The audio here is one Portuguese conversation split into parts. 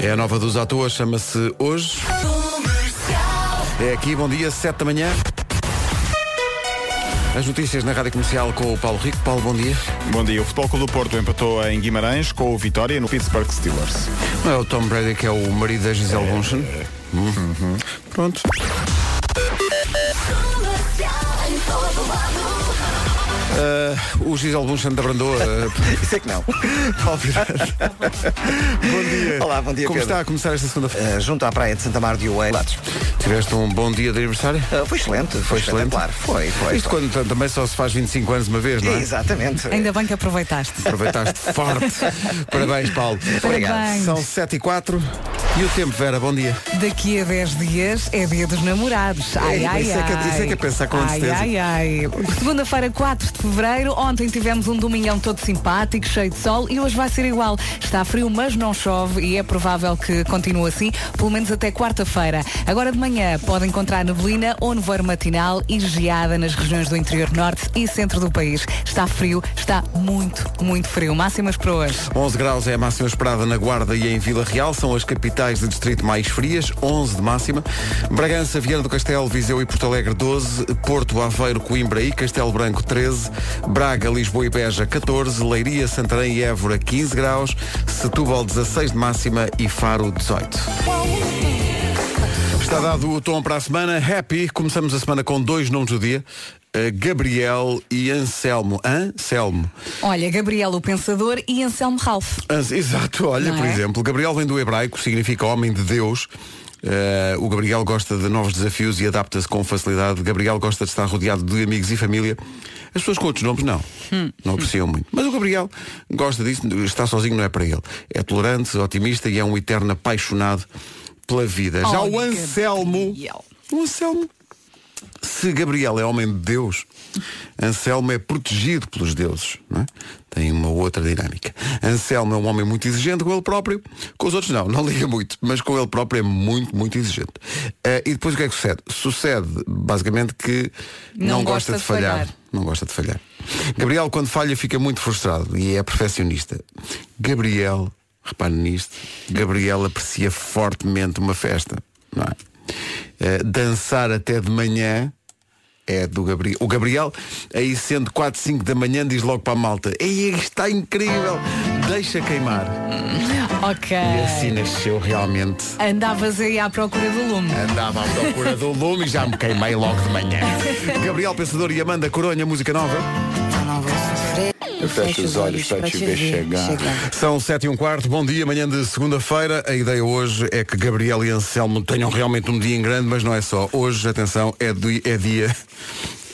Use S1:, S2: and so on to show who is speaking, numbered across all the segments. S1: É a nova dos à chama-se Hoje. É aqui, bom dia, 7 da manhã. As notícias na Rádio Comercial com o Paulo Rico. Paulo, bom dia.
S2: Bom dia. O Futebol Clube do Porto empatou em Guimarães com o Vitória no Pittsburgh Steelers.
S1: Não é o Tom Brady que é o marido da Gisele Bunchen? Uhum. Pronto. Ah, o Gisele Bunchen da Brandoa. ah,
S3: Sei é que não.
S1: Paulo Fernandes. bom dia.
S3: Olá, bom dia,
S1: Como
S3: Pedro.
S1: está a começar esta segunda-feira?
S3: Eh, junto à praia de Santa Mar de Oeiras.
S1: Tiveste um bom dia de aniversário?
S3: Eh, foi excelente, foi,
S1: excelente.
S3: espetacular. Foi, foi.
S1: Isto
S3: foi.
S1: quando t- também só se faz 25 anos uma vez, não é?
S3: Exatamente.
S4: Ainda bem que aproveitaste.
S1: Aproveitaste forte. Parabéns, Paulo.
S4: Parabéns.
S1: São 7 e 4 e o tempo, Vera, bom dia.
S4: Daqui a 10 dias é dia dos namorados. Ai,
S1: É,
S4: ai,
S1: isso é que-
S4: ai.
S1: isso é que é pensar com
S4: ai,
S1: antecedência.
S4: ai, ai. Segunda-feira, 4 de fevereiro. Ontem tivemos um domingão todo simpático, cheio de sol. E hoje vai ser igual. Está frio, mas não chove. E é provável que continue assim, pelo menos até quarta-feira. Agora de manhã pode encontrar neblina ou nevoeiro matinal e geada nas regiões do interior norte e centro do país. Está frio, está muito, muito frio. Máximas para hoje.
S1: 11 graus é a máxima esperada na Guarda e em Vila Real, são as capitais de distrito mais frias, 11 de máxima. Bragança, Viana do Castelo, Viseu e Porto Alegre, 12. Porto, Aveiro, Coimbra e Castelo Branco, 13. Braga, Lisboa e Beja, 14. Leiria, Santarém e Évora, 15 graus. Setúbal, 16 de máxima e Faro, 18. Está dado o tom para a semana. Happy. Começamos a semana com dois nomes do dia. eh, Gabriel e Anselmo. Anselmo.
S4: Olha, Gabriel o Pensador e Anselmo Ralph.
S1: As- Exato, olha,
S4: Não
S1: por
S4: é?
S1: exemplo, Gabriel vem do hebraico, significa homem de Deus. Eh, o Gabriel gosta de novos desafios e adapta-se com facilidade. Gabriel gosta de estar rodeado de amigos e família. As pessoas com outros nomes não.
S4: Hum.
S1: Não apreciam muito. Mas o Gabriel gosta disso, está sozinho não é para ele. É tolerante, otimista e é um eterno apaixonado pela vida. Já
S4: Oh,
S1: o Anselmo.
S4: Gabriel.
S1: O Anselmo. Se Gabriel é homem de Deus, Anselmo é protegido pelos deuses. não é? Tem uma outra dinâmica. Anselmo é um homem muito exigente com ele próprio. Com os outros não, não liga muito, mas com ele próprio é muito, muito exigente. Eh, e depois o que é que sucede? Sucede, basicamente, que não,
S4: Não
S1: gosta,
S4: gosta
S1: de,
S4: de
S1: falhar.
S4: falhar.
S1: Não gosta de falhar. Gabriel, quando falha, fica muito frustrado e é perfeccionista. Gabriel, repare nisto, Gabriel aprecia fortemente uma festa. Não é? Eh, dançar até de manhã é do Gabriel. O Gabriel, aí sendo 4, 5 da manhã, diz logo para a malta: Ei, isto está incrível! Deixa queimar.
S4: Ok.
S1: E assim nasceu realmente.
S4: Andavas aí à procura do lume.
S1: Andava à procura do lume e já me queimei logo de manhã. Gabriel Pensador e Amanda Coronha, música nova.
S5: Eu fecho os olhos pra te ver chegar.
S1: São 7 e um quarto, bom dia, manhã de segunda-feira. A ideia hoje é que Gabriel e Anselmo tenham realmente um dia em grande, mas não é só. Hoje, atenção, é, di- é dia.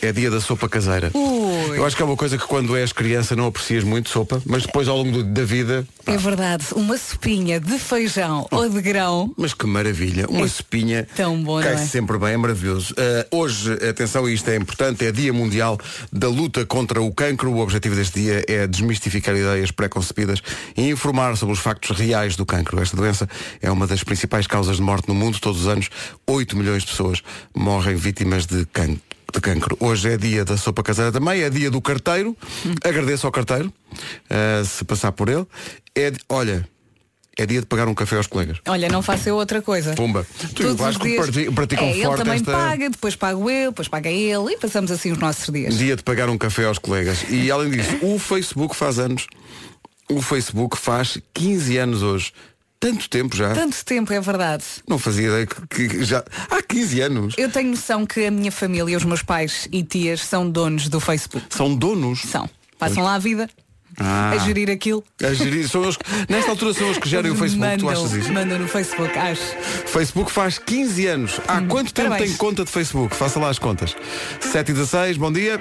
S1: É dia da sopa caseira.
S4: Ui.
S1: Eu acho que é uma coisa que quando és criança não aprecias muito sopa, mas depois ao longo do- da vida.
S4: É verdade, uma sopinha de feijão ou de grão.
S1: Mas que maravilha, uma
S4: É
S1: sopinha
S4: tão bom,
S1: cai
S4: não é?
S1: sempre bem, é maravilhoso. Ah, hoje, atenção, isto é importante, é Dia Mundial da Luta contra o Cancro. O objetivo deste dia é desmistificar ideias preconcebidas e informar sobre os factos reais do cancro. Esta doença é uma das principais causas de morte no mundo. Todos os anos, 8 milhões de pessoas morrem vítimas de cancro. De cancro. Hoje é dia da sopa caseira também, é dia do carteiro. Agradeço ao carteiro, ah, se passar por ele. É, di- olha, é dia de pagar um café aos colegas.
S4: Olha, não faço eu outra coisa.
S1: Pumba. Tu e o
S4: Todos
S1: Vasco
S4: os dias...
S1: prati- praticam
S4: é, Ele
S1: forte
S4: também
S1: esta-
S4: paga, depois pago eu, depois paga ele e passamos assim os nossos dias.
S1: Dia de pagar um café aos colegas. E além disso, o Facebook faz anos. O Facebook faz 15 anos hoje. Tanto tempo já.
S4: Tanto tempo, é verdade.
S1: Não fazia ideia que, que já. Há 15 anos.
S4: Eu tenho noção que a minha família, os meus pais e tias são donos do Facebook.
S1: São donos.
S4: São. Passam lá a vida
S1: Ah.
S4: a gerir aquilo.
S1: A gerir- são eles que- nesta altura são eles que gerem o Facebook. tu
S4: Mandam-
S1: achas isso?
S4: Mandam no Facebook, acho.
S1: Facebook faz 15 anos. Há quanto tempo
S4: parabéns.
S1: tem conta de Facebook? Faça lá as contas. 7 e 16, bom dia.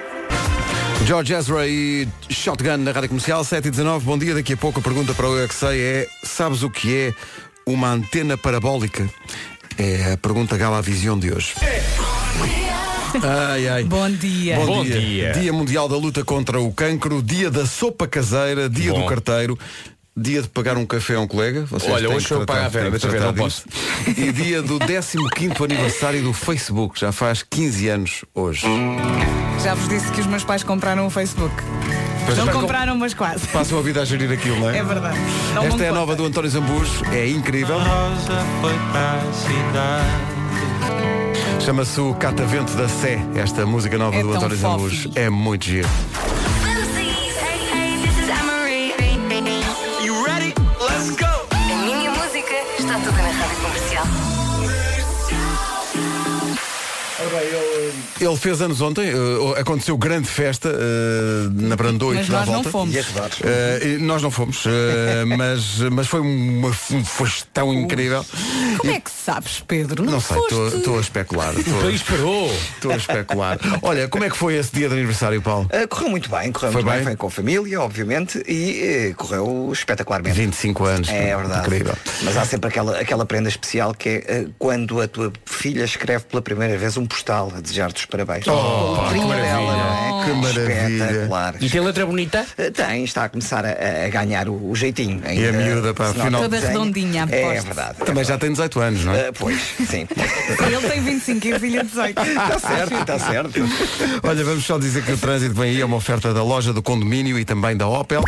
S1: George Ezra e Shotgun na Rádio Comercial, 7 e 19, bom dia. Daqui a pouco a pergunta para o Eu É Que Sei é Sabes o que é uma antena parabólica? É a pergunta Galavision de hoje. Ai, ai.
S4: Bom dia.
S1: Bom,
S2: Bom
S1: dia.
S2: dia.
S1: Dia Mundial da Luta contra o Cancro, dia da sopa caseira, dia
S2: Bom.
S1: do carteiro, dia de pagar um café a um colega. Vocês
S6: Olha,
S1: têm
S6: hoje
S1: que
S6: eu
S1: tratar-
S6: pago à Vera,
S1: têm que
S6: deixa eu ver,
S1: tratar
S6: não
S1: disso. E dia do 15º aniversário do Facebook, já faz 15 anos hoje.
S4: Já vos disse que os meus pais compraram o Facebook.
S1: Pois
S4: não
S1: já com-
S4: compraram, mas quase.
S1: Passam a vida a gerir aquilo, não é?
S4: É verdade. Não
S1: Esta
S4: me
S1: é a
S4: conta.
S1: nova do António Zambujo, é incrível. Chama-se o Catavento da Sé, esta música nova
S4: É
S1: do
S4: tão
S1: António
S4: fofinho.
S1: Zambujo. É muito giro.
S7: A minha música está toda na rádio comercial.
S1: Ele fez anos ontem, eh, aconteceu grande festa eh, na Brandoa e
S4: Mas
S1: tudo à
S4: nós não
S1: volta.
S4: fomos.
S3: E é as dados?
S1: Eh, e nós não fomos, eh, mas, mas foi uma, um festão incrível.
S4: Como é que sabes, Pedro?
S1: Não sei,
S4: foste?
S1: estou a especular.
S6: O país
S1: Estou
S6: parou.
S1: a especular. Olha, como é que foi esse dia de aniversário, Paulo?
S3: Ah, correu muito bem, correu
S1: Foi
S3: muito bem.
S1: bem?
S3: foi com a família, obviamente, e eh, correu espetacularmente.
S1: 25 anos.
S3: É verdade.
S1: Incrível.
S3: Mas há sempre aquela, aquela prenda especial que é eh, quando a tua filha escreve pela primeira vez um postal a desejar-te os parabéns.
S1: Oh,
S3: Com o
S1: pá,
S3: primo
S1: que maravilha.
S3: dela, não é?
S1: Que maravilha.
S3: Espetacular.
S6: E tem letra bonita?
S3: Eh, Tem, está a começar a, a ganhar o, o jeitinho. Ainda,
S1: miúda, pá,
S3: se nota
S1: afinal-
S4: Toda
S3: desenho.
S4: redondinha,
S3: É
S4: aposto.
S3: verdade.
S1: Também já tem 18 anos, não é?
S3: Eh, pois, sim.
S4: Ele tem 25 e a filha 18.
S1: Ah, Tá
S3: Está Tá certo, está certo.
S1: Olha, vamos só dizer que o trânsito vem aí, é uma oferta da loja do condomínio e também da Opel.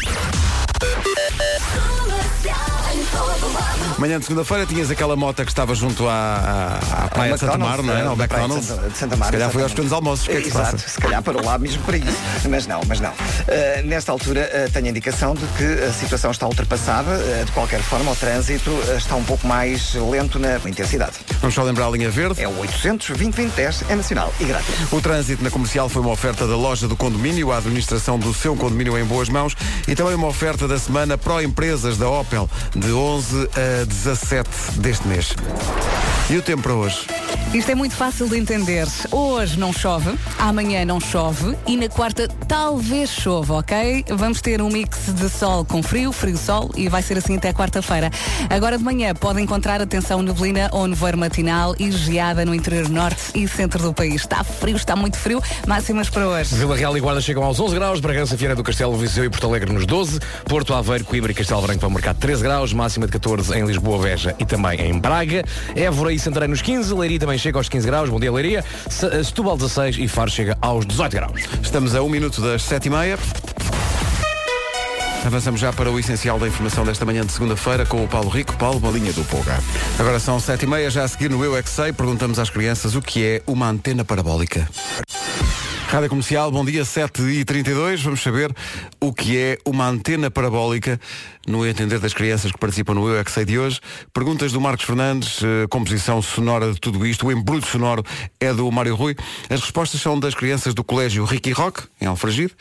S1: Manhã de segunda-feira tinhas aquela moto que estava junto à, à, à Praia de Santa Mar, não é? Ao
S3: da eh, Praia de
S1: McDonald's.
S3: Santa- de Santa Mar,
S1: Se calhar foi aos
S3: exatamente.
S1: pequenos almoços. O que é que se
S3: Exato,
S1: passa?
S3: se calhar parou lá mesmo para isso. Mas não, mas não. Uh, nesta altura uh, tenho a indicação de que a situação está ultrapassada. Uh, de qualquer forma, o trânsito uh, está um pouco mais lento na intensidade.
S1: Vamos só lembrar a linha verde.
S3: É o 800 2010 é nacional e grátis.
S1: O trânsito na comercial foi uma oferta da loja do condomínio, a administração do seu condomínio em boas mãos e também uma oferta da semana pró-empresas da Opel, de 11 a 17 deste mês. E o tempo para hoje?
S4: Isto é muito fácil de entender. Hoje não chove, amanhã não chove e na quarta talvez chova, ok? Vamos ter um mix de sol com frio, frio-sol e vai ser assim até quarta-feira. Agora de manhã pode encontrar atenção neblina ou nevoeiro matinal e geada no interior norte e centro do país. Está frio, está muito frio, máximas para hoje.
S6: Vila Real e Guarda chegam aos 11 graus, Bragança, Viana do Castelo, Viseu e Porto Alegre nos 12, Porto Aveiro, Coimbra e Castelo Branco vão marcar 13 graus, máxima de 14 em Lisboa, Veja e também em Braga, Évora e Santarém nos 15, Leiria também chega aos 15 graus, bom dia Leiria, Se- eh, Setúbal 16 e Faro chega aos 18 graus.
S1: Estamos a um minuto das sete e meia. Avançamos já para o essencial da informação desta manhã de segunda-feira com o Paulo Rico. Paulo, boa linha do Poga. Agora são sete e meia, já a seguir no Eu É Que Sei, perguntamos às crianças o que é uma antena parabólica. Rádio Comercial, bom dia, 7h32. Vamos saber o que é uma antena parabólica no entender das crianças que participam no Eu É Que Sei de hoje. Perguntas do Marcos Fernandes, eh, composição sonora de tudo isto, o embrulho sonoro é do Mário Rui. As respostas são das crianças do Colégio Ricky Rock, em Alfragide,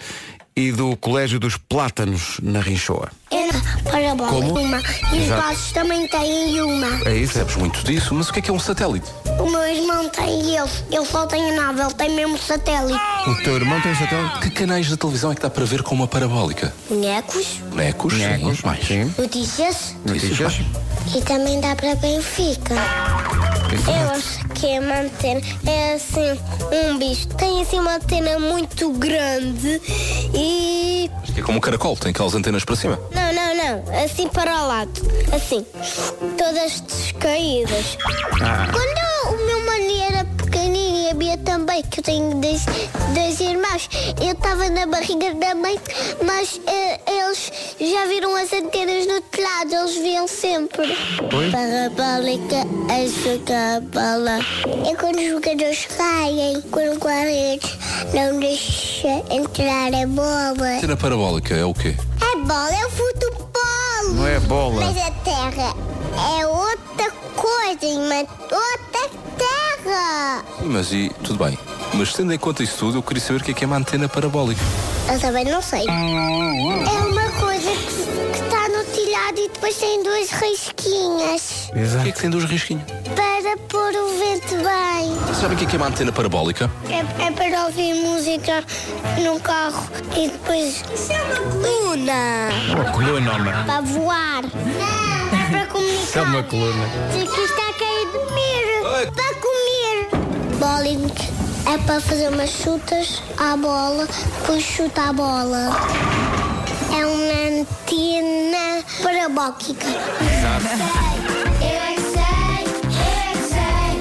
S1: e do Colégio dos Plátanos, na Rinchoa.
S8: É para a bola.
S1: Como?
S8: Uma. E os
S1: Exato.
S8: vasos também têm uma.
S1: É isso?
S9: muito disso, mas o que é que é um satélite?
S8: O meu irmão tem e ele. Ele só tem a nave, ele tem mesmo satélite.
S1: O teu irmão tem satélite?
S9: Que canais de televisão é que dá para ver com uma parabólica?
S8: Bonecos,
S9: Bonecos, sim, é mais.
S1: Sim.
S8: notícias
S1: Notícias?
S8: e também dá para Benfica. Eu acho que é uma antena. É assim, um bicho. Tem assim uma antena muito grande e.
S9: Acho que é como um caracol, tem aquelas antenas para cima.
S8: Não, não, não. Assim para o lado. Assim. Todas descaídas. Quando o meu mano era pequenino e a Bia também, que eu tenho dois, dois irmãos, eu estava na barriga da mãe, mas eh, eles já viram as antenas do outro lado. Eles viam sempre. Parabólica a jogar a bola. É quando os jogadores caem, quando o guarda não deixa entrar a bola.
S9: Antena parabólica é o quê?
S8: É bola, é o futebol.
S1: Não é bola.
S8: Mas a terra é outra coisa, uma outra terra.
S9: Sim, Mas e tudo bem. Mas tendo em conta isso tudo, eu queria saber o que é que é uma antena parabólica.
S8: Eu também não sei. É uma coisa que está no telhado e depois tem duas risquinhas
S9: O que é que tem dois risquinhos?
S8: para pôr o vento bem.
S9: Sabem o que é que é uma antena parabólica?
S8: É, é para ouvir música no carro e depois. Isso é uma coluna.
S6: Uma coluna,
S8: Para voar. Não. É para comunicar.
S6: é uma coluna.
S8: Diz que é está a cair de mira para comer. Bowling é para fazer umas chutas à bola, depois chuta a bola. É uma antena parabólica. Eu é que sei, eu é que sei,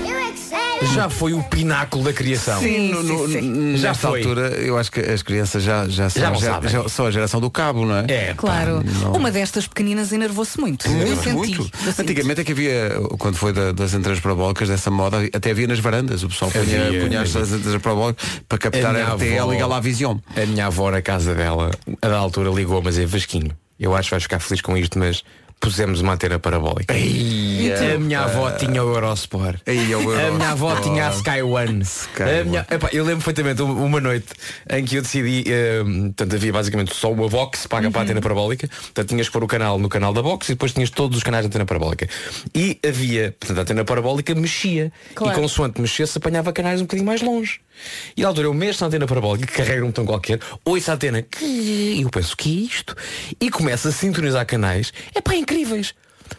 S8: eu é que sei.
S6: Já foi o pináculo da criação.
S4: Sim,
S1: No-
S4: sim,
S1: no-
S4: sim.
S1: n-
S6: Já
S1: Nesta
S6: foi.
S1: altura, eu acho que as crianças já, já, são,
S6: Já não
S1: a gera-
S6: sabem.
S1: já são a geração do cabo, não é?
S6: É,
S4: Claro. Uma destas pequeninas enervou-se muito. Eu senti,
S1: Muito.
S4: eu senti.
S1: Antigamente é que havia, quando foi da- das entradas parabólicas, dessa moda, até havia nas varandas. O pessoal punha,
S6: Havia.
S1: punha as entradas parabólicas para captar a,
S6: minha
S1: RTL
S6: avó-
S1: e Galavision.
S6: A minha avó na casa dela, a da altura, ligou, mas é Vasquinho. Eu acho que vais ficar feliz com isto, mas pusemos uma antena parabólica. a minha avó tinha o Eurosport.
S1: Aí é o
S6: A
S1: Euro.
S6: minha avó tinha a Sky One.
S1: Sky
S6: A
S1: One.
S6: minha- Epá, eu lembro perfeitamente um- uma noite em que eu decidi, ehm, portanto havia basicamente só uma Vox paga para a antena parabólica, portanto tinhas que pôr o canal no canal da Vox e depois tinhas todos os canais da antena parabólica. E havia, portanto a antena parabólica mexia
S4: Claro.
S6: e consoante mexesse apanhava canais um bocadinho mais longe. E na altura eu mexo na antena parabólica, carrego um botão qualquer, ouço a antena, que- e eu penso, que é isto? E começo a sintonizar canais, é pá, incríveis.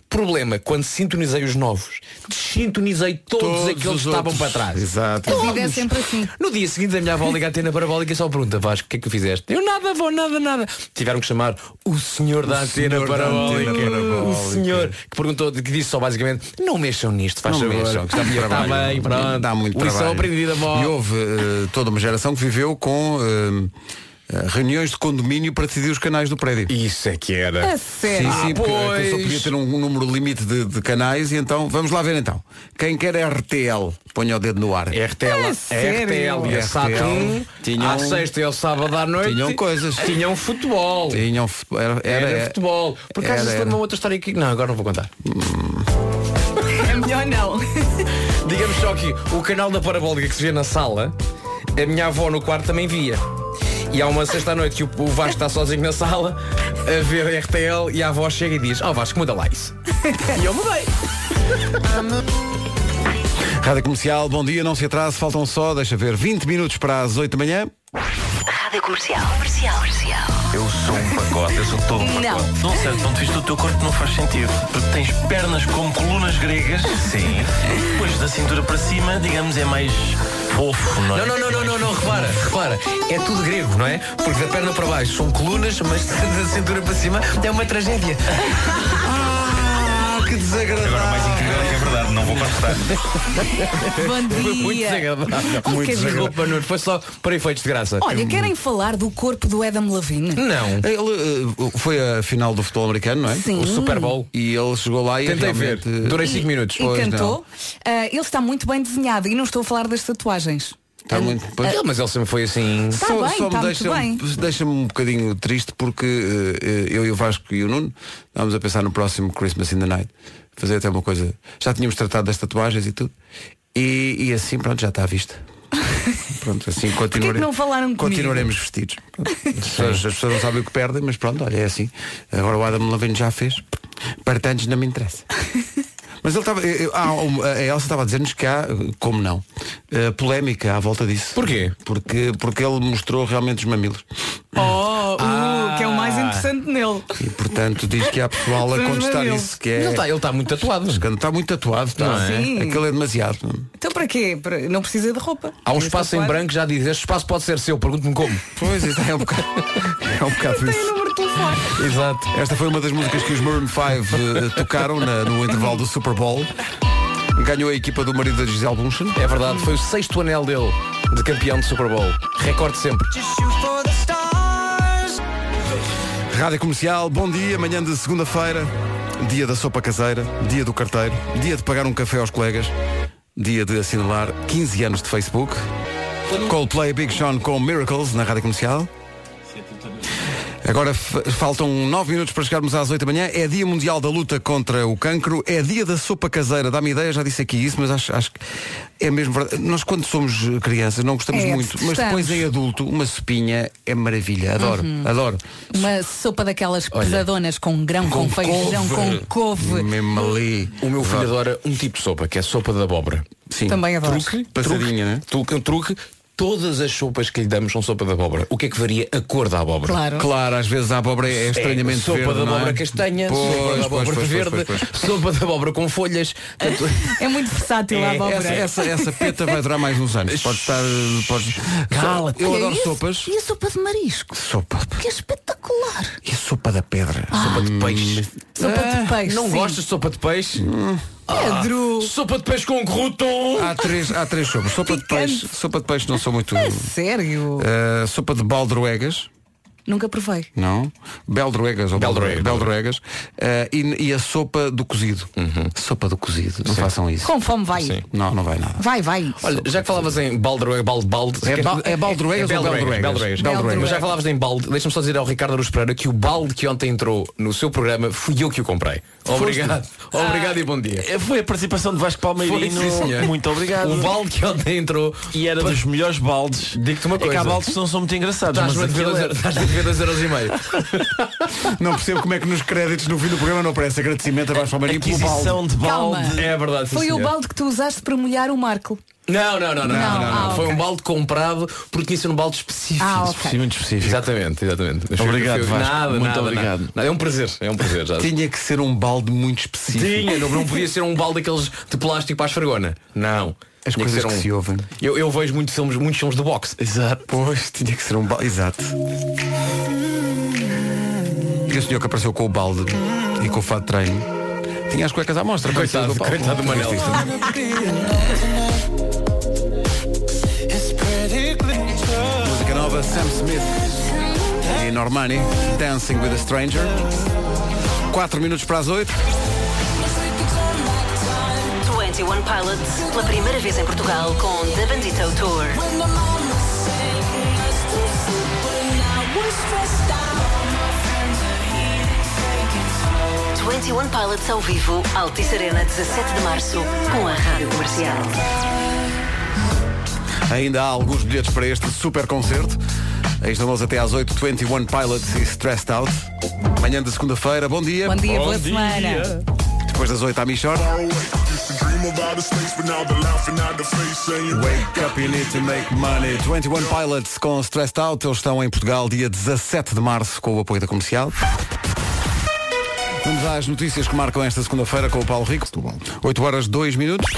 S6: Problema, quando sintonizei os novos, desintonizei todos,
S1: Todos
S6: aqueles
S1: os
S6: que estavam
S1: outros.
S6: para trás.
S1: Exato.
S4: A vida é sempre assim.
S6: No dia seguinte a minha avó liga à antena parabólica e só pergunta, Vasco,
S1: Uhum.
S6: o que é que tu fizeste? Eu nada, vou nada, nada. Tiveram que chamar o senhor da antena
S1: senhor da
S6: parabólica.
S1: antena parabólica.
S6: O senhor que perguntou, que disse só basicamente, não mexam nisto, faz
S1: Não
S6: favor.
S1: mexam, que dá muito
S6: Está
S1: trabalho.
S6: bem, pronto.
S1: Dá muito
S6: Lição
S1: trabalho.
S6: aprendida,
S1: E
S6: avó.
S1: houve eh, toda uma geração que viveu com eh, eh, reuniões de condomínio para decidir os canais do prédio.
S6: Isso é que era.
S4: A sério.
S1: Sim, sim, porque
S6: Ah, pois.
S1: aquilo só podia ter um número limite de, de canais e então vamos lá ver então. Quem quer RTL, ponha o dedo no
S6: É
S1: ar.
S6: RTL,
S4: sério?
S6: RTL e a
S1: RTL.
S6: Saturn,
S1: É Tinham-
S6: à sexta e ao sábado à noite,
S1: Tinham coisas.
S6: tinham futebol.
S1: Tinham fu- é um era,
S6: Era,
S1: era-
S6: futebol. Por acaso
S1: era-
S6: se lembra uma outra história aqui? Não, agora não vou contar.
S4: É melhor não.
S6: Digamos só que o canal da parabólica que se vê na sala, a minha avó no quarto também via. E há uma sexta à noite que o o Vasco está sozinho na sala a ver a RTL e a avó chega e diz, ó Vasco, muda lá isso. E eu mudei.
S1: Rádio Comercial, bom dia, não se atrase, faltam só, deixa ver, 20 minutos para as 8 da manhã.
S7: Rádio Comercial. Comercial. Comercial.
S10: Eu sou um pacote, eu sou todo um
S4: Não.
S10: pacote. De um certo ponto de vista, o teu corpo não faz sentido. Porque tens pernas como colunas gregas. Sim. Depois da cintura para cima, digamos, é mais fofo, não é?
S6: Não, não, não, não, não, não, repara, repara. É tudo grego, não é? Porque da perna para baixo são colunas, mas da cintura para cima é uma tragédia.
S1: Ah, que desagradável.
S10: Agora, o mais incrível é que é verdade, não vou contestar.
S4: Bom
S6: Muito
S4: dia.
S6: desagradável.
S4: Oh,
S6: Muito
S4: que
S6: desculpa, Nuno. Foi só para efeitos de graça.
S4: Olha, querem falar do corpo do Adam Levine?
S6: Não.
S1: Ele eh, foi a final do futebol americano, não é?
S4: Sim.
S6: O Super Bowl.
S1: E ele chegou lá e
S6: Tentei ver.
S1: realmente, eh,
S6: Durei 5 minutos.
S4: E
S1: Pois
S4: cantou. Ah, ele está muito bem desenhado. E não estou a falar das tatuagens.
S1: Está Tá muito... pois-
S6: Ele, mas ele sempre foi assim.
S4: Está
S1: só
S4: bem,
S1: só
S4: está
S1: me
S4: tá muito
S1: deixa,
S4: bem.
S1: deixa-me um bocadinho triste porque eh, eu e o Vasco e o Nuno estávamos a pensar no próximo Christmas in the Night. Fazer até uma coisa. Já tínhamos tratado das tatuagens e tudo. E, e assim, pronto, já está à vista. Pronto, assim continuare-
S4: que não falaram comigo?
S1: continuaremos vestidos. Pronto. As pessoas, as pessoas não sabem o que perdem, mas pronto, olha, é assim. Agora o Adam Levine já fez. Partantes não me interessa. Mas ele estava. eu- eu- há um- A Elsa estava a dizer-nos que há, como não, eh, polémica à volta disso.
S6: Porquê?
S1: Porque, porque ele mostrou realmente os mamilos.
S4: Oh,
S6: Ah.
S4: uh, que é o mais interessante nele.
S1: E portanto diz que há pessoal a
S4: Os
S1: contestar
S4: mamilos.
S1: isso, que
S6: Mas
S1: é.
S6: Ele está ele tá muito tatuado.
S1: Está muito tatuado, está.
S6: Não
S4: é? Sim.
S1: Aquele é demasiado.
S4: Então para quê? Para- Não precisa de roupa.
S6: Há um
S4: Essa
S6: espaço em
S4: parte.
S6: branco que já diz, este espaço pode ser seu, pergunte-me como.
S1: Pois, isso é um bocado. É um bocado
S4: Tem o
S1: isso.
S4: número de telefone.
S6: Exato.
S1: Esta foi uma das músicas que os Maroon 5 eh, tocaram na- no intervalo do Super Bowl. Ganhou a equipa do marido da Gisele Bunchen.
S6: É verdade, foi o sexto anel dele de campeão de Super Bowl. Recorde sempre.
S1: Rádio Comercial, bom dia, manhã de segunda-feira, dia da sopa caseira, dia do carteiro, dia de pagar um café aos colegas, dia de assinalar 15 anos de Facebook. Coldplay Big Sean com Miracles na Rádio Comercial. Agora fa- faltam 9 minutos para chegarmos às 8 da manhã. É dia mundial da luta contra o cancro. É dia da sopa caseira. Dá-me ideia, já disse aqui isso, mas acho, acho que é mesmo verdade. Nós quando somos eh, crianças não gostamos
S4: É,
S1: muito, mas
S4: detestamos.
S1: depois em adulto uma sopinha é maravilha. Adoro, adoro.
S4: Uma sopa daquelas pesadonas com grão,
S1: Com
S4: com, feijão,
S1: couve.
S4: com couve.
S1: Mesmo ali.
S6: O meu filho adora um tipo de sopa, que é sopa de abóbora.
S1: Sim.
S4: Também adoro.
S6: é?
S1: Passadinha, né?
S6: Truque, um truque, Todas as sopas que lhe damos são sopa de abóbora. O que é que varia a cor da abóbora?
S4: Claro.
S1: Claro, às vezes a abóbora é estranhamente
S6: sopa
S1: verde,
S6: de
S1: não é?
S6: abóbora castanha,
S1: Pois,
S6: sopa de
S1: pois,
S6: abóbora
S1: pois, pois, pois,
S6: verde,
S1: pois.
S6: sopa de abóbora com folhas. Portanto,
S4: É muito versátil a
S6: É,
S4: abóbora.
S1: Essa, essa, essa peta vai durar mais uns anos. Pode estar. Pode...
S6: Cala-te.
S1: Eu
S4: Olha,
S1: adoro
S4: e a-
S1: sopas.
S4: é E a sopa de marisco?
S1: Sopa.
S4: Que é espetacular.
S1: E é sopa da pedra.
S4: Ah.
S6: sopa de peixe.
S4: Sopa de peixe,
S6: Ah, Não
S4: É sim. Hum.
S6: gostas Ah, de sopa de peixe?
S4: Pedro.
S6: Sopa de peixe com crouton.
S1: Há três, há três sopas. Sopa de
S4: Picante.
S1: peixe. Sopa de peixe não sou muito.
S4: Sério?
S1: Uh, sopa de baldroegas.
S4: Nunca provei.
S1: Não. Beldroegas ou
S6: Beldroegas. Uhum.
S1: beldroegas. Uh, e, e a sopa do cozido. Sopa do cozido. Não façam isso.
S4: Com fome vai.
S6: Sim.
S1: Não, não vai nada.
S4: Vai, vai.
S6: Olha, já que falavas em baldroega, balde, balde.
S1: É ba- é baldroegas ou beldroegas?
S6: Beldroegas.
S1: Beldroegas.
S6: Mas já que falavas em balde, deixa-me só dizer ao Ricardo Aruz Pereira que o balde que ontem entrou no seu programa fui eu que o comprei. Obrigado.
S4: Ah.
S6: Obrigado e bom dia.
S10: Foi a participação de Vasco Palmeirinho.
S6: Foi, sim, senhor.
S10: Muito obrigado.
S6: O balde que ontem entrou
S10: E era dos melhores baldes.
S6: Digo-te uma
S10: É que
S6: coisa.
S10: há baldes que não são muito engraçados.
S6: Estás-me a
S10: mas é
S6: dever
S10: aquele
S6: dois-
S10: era-
S6: estás-me a dever 2 euros e meio.
S1: Não percebo como é que nos créditos no fim do programa não aparece agradecimento a Vasco Marinho pelo balde.
S10: Aquisição de balde.
S4: Calma.
S6: É verdade. sim,
S4: Foi o
S6: senhor.
S4: balde que tu usaste para molhar o Marco.
S6: Não, não, não, não.
S4: Não,
S6: não,
S4: ah,
S6: não. Foi
S4: ok.
S6: um balde comprado porque tinha sido um balde específico.
S4: Ah,
S10: Sim,
S4: ok.
S10: muito específico.
S6: Exatamente, exatamente. Mas foi-
S10: Obrigado,
S6: foi-
S10: Vasco.
S6: Nada,
S10: Muito
S6: nada,
S10: obrigado.
S6: nada. É um prazer, é um prazer. Já.
S1: Tinha que ser um balde muito específico.
S6: Tinha, não, não podia ser um balde daqueles de plástico para a esfregona. Não.
S1: As
S6: Tinha
S1: coisas
S6: ser um
S1: que se ouvem.
S6: Eu, eu vejo muitos filmes, muitos filmes de boxe.
S1: Exato. Pois, tinha que ser um balde. Exato. E o senhor que apareceu com o balde e com o fado de treino tinha as cuecas à mostra.
S6: Coitado, coitado do Manel.
S1: Música nova, Sam Smith e Normani, Dancing with a Stranger. 4 minutos para as 8.
S7: 21 Pilots, pela primeira vez em Portugal com The Bandito Tour. Twenty One Pilots ao vivo, Altice Arena, 17 de março, com a Rádio Comercial.
S1: Ainda há alguns bilhetes para este super concerto. Aí estão nós até às 8, 21 Pilots e um, Stressed Out. Manhã de segunda-feira, bom dia.
S4: Bom dia,
S10: Bom
S4: boa
S10: dia.
S4: semana.
S1: Depois das 8 à Michor. Wake up, you need to make money. 21 Pilots com Stressed Out. Eles estão em Portugal dia 17 de março com o apoio da comercial. Vamos às notícias que marcam esta segunda-feira com o Paulo Rico. 8 horas 2 minutos.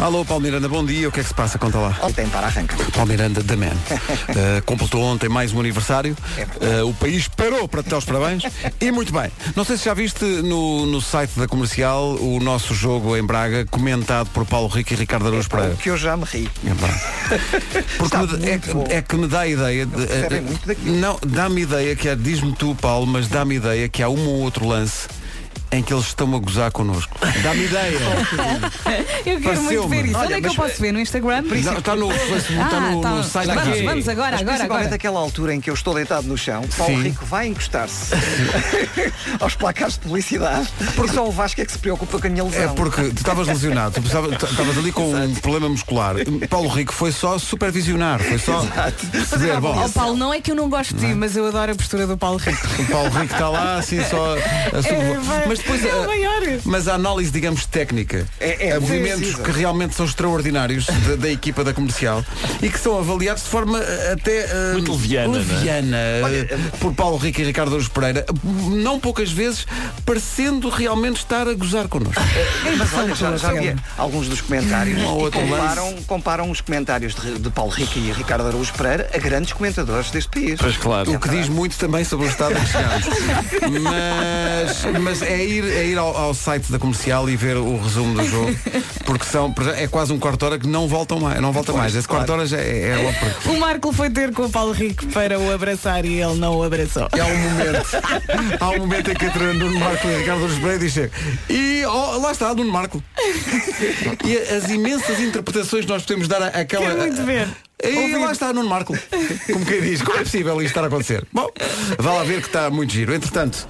S1: Alô, Paulo Miranda, bom dia. O que é que se passa? Conta lá.
S3: Ontem para arrancar.
S1: Paulo Miranda, The Man. Uh, completou ontem mais um aniversário.
S3: É
S1: Uh, o país parou para te dar os parabéns. E muito bem. Não sei se já viste no, no site da comercial o nosso jogo em Braga, comentado por Paulo Rico e Ricardo Araújo Pereira.
S3: É Que eu já me ri.
S1: Epá. Porque
S3: É Está
S1: me- é,
S3: muito bom.
S1: que- é que me dá a ideia de,
S3: percebem
S1: eh,
S3: muito daquilo.
S1: Não, dá-me ideia que há, diz-me tu Paulo, mas dá-me ideia que há um ou outro lance em que eles estão a gozar connosco. Dá-me ideia.
S4: Eu quero muito
S1: Pareceu-me.
S4: ver isso. Onde
S3: Olha,
S4: é que eu
S3: mas-
S4: posso ver? No Instagram?
S3: é
S4: Ah, tá.
S1: Não, está no, Facebook, está então, no, no site da
S4: vamos,
S1: rádio.
S4: vamos agora,
S3: Mas
S4: agora,
S3: principalmente
S4: agora.
S3: aquela altura em que eu estou deitado no chão, Paulo
S1: Sim.
S3: Rico vai encostar-se aos placares de publicidade, porque só o Vasco é que se preocupa com a minha lesão.
S1: É porque tu estavas lesionado, tu precisava- tu estavas ali com um problema muscular. Paulo Rico foi só supervisionar, foi só perceber. Bom,
S4: Oh, Paulo, não é que eu não gosto de ti, mas eu adoro a postura do Paulo Rico.
S1: o Paulo Rico está lá assim só a subvoar.
S4: vai-
S1: Mas depois ah,
S4: é o
S1: a-
S4: maior.
S1: mas a análise, digamos, técnica,
S3: É- é
S1: a movimentos
S3: precisa.
S1: que realmente são extraordinários da, da equipa da comercial e que são avaliados de forma eh, até eh,
S10: Muito leviana, não é?
S1: leviana, eh, por Paulo Rico e Ricardo Aruz Pereira, não poucas vezes parecendo realmente estar a gozar connosco.
S3: Mas olha, já, já vi alguns dos comentários
S1: ou
S3: e
S1: outro
S3: comparam, comparam os comentários de, de Paulo Rico e Ricardo Araújo Pereira a grandes comentadores deste país.
S10: Pois claro.
S1: O que diz muito também sobre o estado em que chegamos. mas, mas é ir, é ir ao, ao site da comercial e ver o resumo do jogo, porque são, é quase um quarto de hora que não voltam mais. Não volta mais. Esse quarto de hora já é, é logo por aqui.
S4: O Marco foi ter com o Paulo Rico para o abraçar e ele não o abraçou.
S1: E Há um momento, há um momento em que entra Nuno Marco e Ricardo Osbreia e diz e ó, lá está Nuno Marco. E as imensas interpretações que nós podemos dar à- àquela.
S4: Quero muito ver.
S1: E lá está Nuno Marco. Como quem diz, como é possível isto estar a acontecer? Bom, vá lá ver que está muito giro. Entretanto.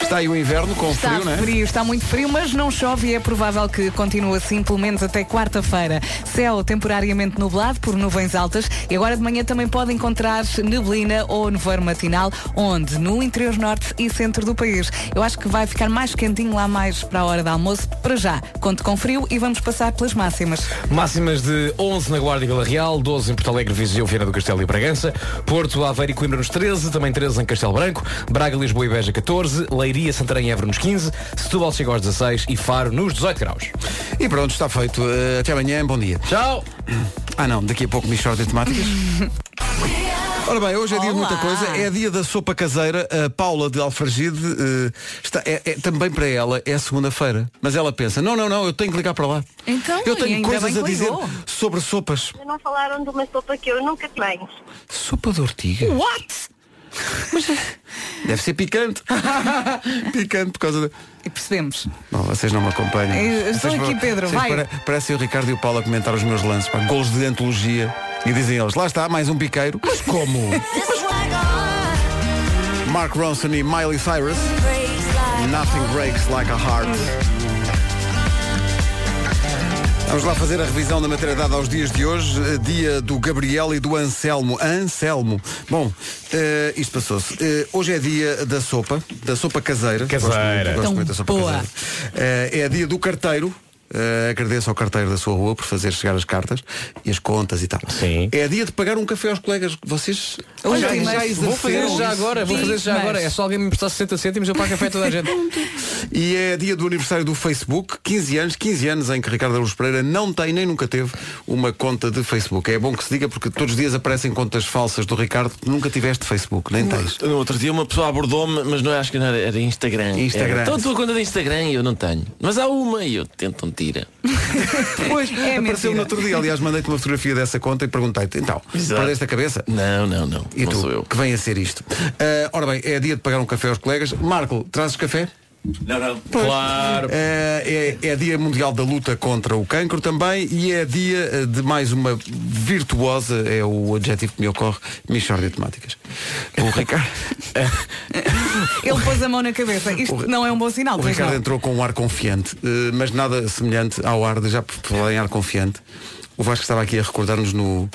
S1: Está aí o inverno com
S4: Está
S1: frio, não é?
S4: frio, está muito frio, mas não chove e é provável que continue assim pelo menos até quarta-feira. Céu temporariamente nublado por nuvens altas e agora de manhã também pode encontrar neblina ou nevoeiro matinal, onde? No interior norte e centro do país. Eu acho que vai ficar mais quentinho lá mais para a hora do almoço. Para já, conto com frio e vamos passar pelas máximas.
S6: Máximas de 11 na Guarda e Vila Real, 12 em Porto Alegre, Viseu, Viana do Castelo e Bragança, Porto, Aveiro e Coimbra nos 13, também 13 em Castelo Branco, Braga, Lisboa e Beja 14, Leiria, Santarém e Évora nos 15, Setúbal chega aos 16 e Faro nos 18 graus.
S1: E pronto, está feito. Eh, Até amanhã, bom dia.
S6: Tchau!
S1: Ah não, daqui a pouco Michórdia de Temáticas. Ora bem, hoje é dia de muita
S4: Olá.
S1: coisa, é dia da sopa caseira. A Paula de Alfargide eh, está, é, é- também para ela é segunda-feira. Mas ela pensa, não, não, não, eu tenho que ligar para lá.
S4: Então,
S1: eu
S4: e
S1: tenho
S4: ainda
S1: coisas
S4: bem
S1: a
S4: que
S1: dizer
S4: ligou.
S1: sobre sopas.
S11: Não falaram de uma sopa que eu nunca tenho.
S1: Sopa de ortiga?
S4: What?
S1: Deve ser picante. picante por causa da.
S4: E percebemos.
S1: Não, vocês não me acompanham.
S4: Eu- eu
S1: Vocês
S4: estou
S1: vão-
S4: aqui, Pedro,
S1: vocês
S4: vai.
S1: pare- parecem o Ricardo e o Paulo a comentar os meus lances, pá, golos de antologia. E dizem eles, lá está, mais um piqueiro. Mas como? Mark Ronson e Miley Cyrus. Nothing breaks like a heart. Vamos lá fazer a revisão da matéria dada aos dias de hoje, eh, dia do Gabriel e do Anselmo. Anselmo. Bom, eh, isto passou-se. Eh, hoje é dia da sopa, da sopa caseira. Gosto muito, gosto
S4: Tão
S1: muito da sopa
S4: boa.
S1: caseira. Eh, é dia do carteiro. Eh, agradeço ao carteiro da sua rua por fazer chegar as cartas e as contas e tal. Sim. É dia de pagar um café aos colegas. Vocês
S6: Olha,
S1: já-
S6: mas
S1: já
S6: vou fazer
S1: exerceram
S6: já
S1: isso?
S6: agora, vou fazer já agora. É só alguém me prestar 60 cêntimos, eu pago café a toda a gente.
S1: E é dia do aniversário do Facebook, 15 anos, 15 anos em que Ricardo Aruz Pereira não tem nem nunca teve uma conta de Facebook. É bom que se diga porque todos os dias aparecem contas falsas do Ricardo que nunca tiveste Facebook, nem tens.
S10: No outro dia uma pessoa abordou-me, mas não é, acho que não era, era Instagram.
S1: Instagram.
S10: Era, então a tua conta de Instagram e eu não tenho. Mas há uma e eu tento um tira.
S1: Pois,
S4: É
S1: apareceu no outro dia. Aliás, mandei-te uma fotografia dessa conta e perguntei-te, então,
S10: Exato.
S1: perdeste a cabeça?
S10: Não, não, não.
S1: E
S10: não
S1: tu,
S10: sou eu.
S1: que vem a ser isto. Ah, ora bem, é dia de pagar um café aos colegas. Marco, trazes café?
S10: Não, não.
S1: Pois.
S10: Claro.
S1: É, é- é dia mundial da luta contra o cancro também e é dia eh, de mais uma virtuosa, é o adjetivo que me ocorre, Michórdia de Temáticas. O Ricardo,
S4: Ele pôs a mão na cabeça. Isto não é um bom sinal,
S1: o
S4: pois não.
S1: Ricardo entrou com um ar confiante, eh, mas nada semelhante ao ar de já por falar em ar confiante. O Vasco estava aqui a recordar-nos no,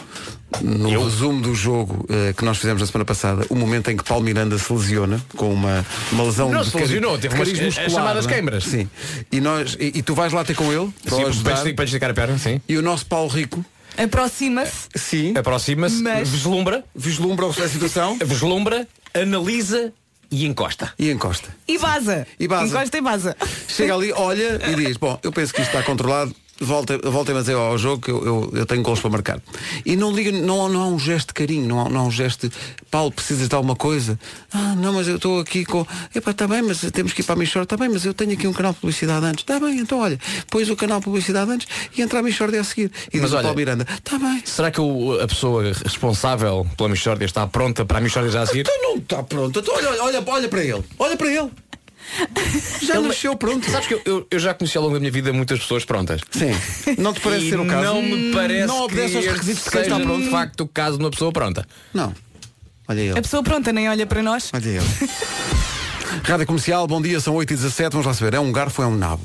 S1: no resumo do jogo eh, que nós fizemos na semana passada, o momento em que Paulo Miranda se lesiona com uma, uma lesão
S6: Não
S1: de
S6: se
S1: cariz-
S6: lesionou,
S1: de
S6: teve
S1: cariz
S6: umas- é- é
S1: muscular,
S6: chamadas
S1: não é?
S6: queimbras.
S1: Sim. E, nós, e, e tu vais lá ter com ele para o
S6: Sim, para
S1: ajudar.
S6: lhes- para lhes esticar a perna, sim.
S1: E o nosso Paulo Rico
S4: Aproxima-se.
S1: Sim.
S6: Aproxima-se,
S4: Mas-
S6: vislumbra,
S1: vislumbra a situação
S6: É- vislumbra, analisa e encosta.
S1: e encosta.
S4: E vaza.
S1: E vaza.
S4: Encosta e vaza.
S1: Chega ali, olha e diz, bom, eu penso que isto está controlado, voltem voltem a dizer ao jogo que eu, eu, eu tenho gols para marcar. E não liga, não, há- não há um gesto de carinho, não há, não há um gesto de Paulo, precisas de alguma coisa? Ah, não, mas eu estou aqui com. Epá, está bem, mas temos que ir para a Michor, está bem, mas eu tenho aqui um canal de publicidade antes. Está bem, então olha, pôs o canal de publicidade antes e entra a Michor a seguir. E
S6: Mas
S1: diz o
S6: olha-
S1: Paulo Miranda, está bem.
S6: Será que o- a pessoa responsável pela Michórdia está pronta para a Michórdia já a seguir?
S1: Então não está pronto, então olha, olha, olha para ele, olha para ele. Já
S6: Ele-
S1: nasceu pronto.
S6: Sabes que eu, eu- eu já conheci ao longo da minha vida muitas pessoas prontas.
S1: Sim. Não te parece
S6: E
S1: ser o caso?
S6: hum,
S1: Hum,
S6: Não me parece
S1: Não
S6: que
S1: obedece aos
S6: este
S1: requisitos de quem
S6: seja um
S1: está pronto.
S6: de facto o caso de uma pessoa pronta.
S1: Não. Olha
S4: A
S1: ele.
S4: pessoa pronta nem olha para nós.
S1: Olha ele. Rádio Comercial, bom dia, são 8h17, vamos lá saber. É um garfo ou é um nabo?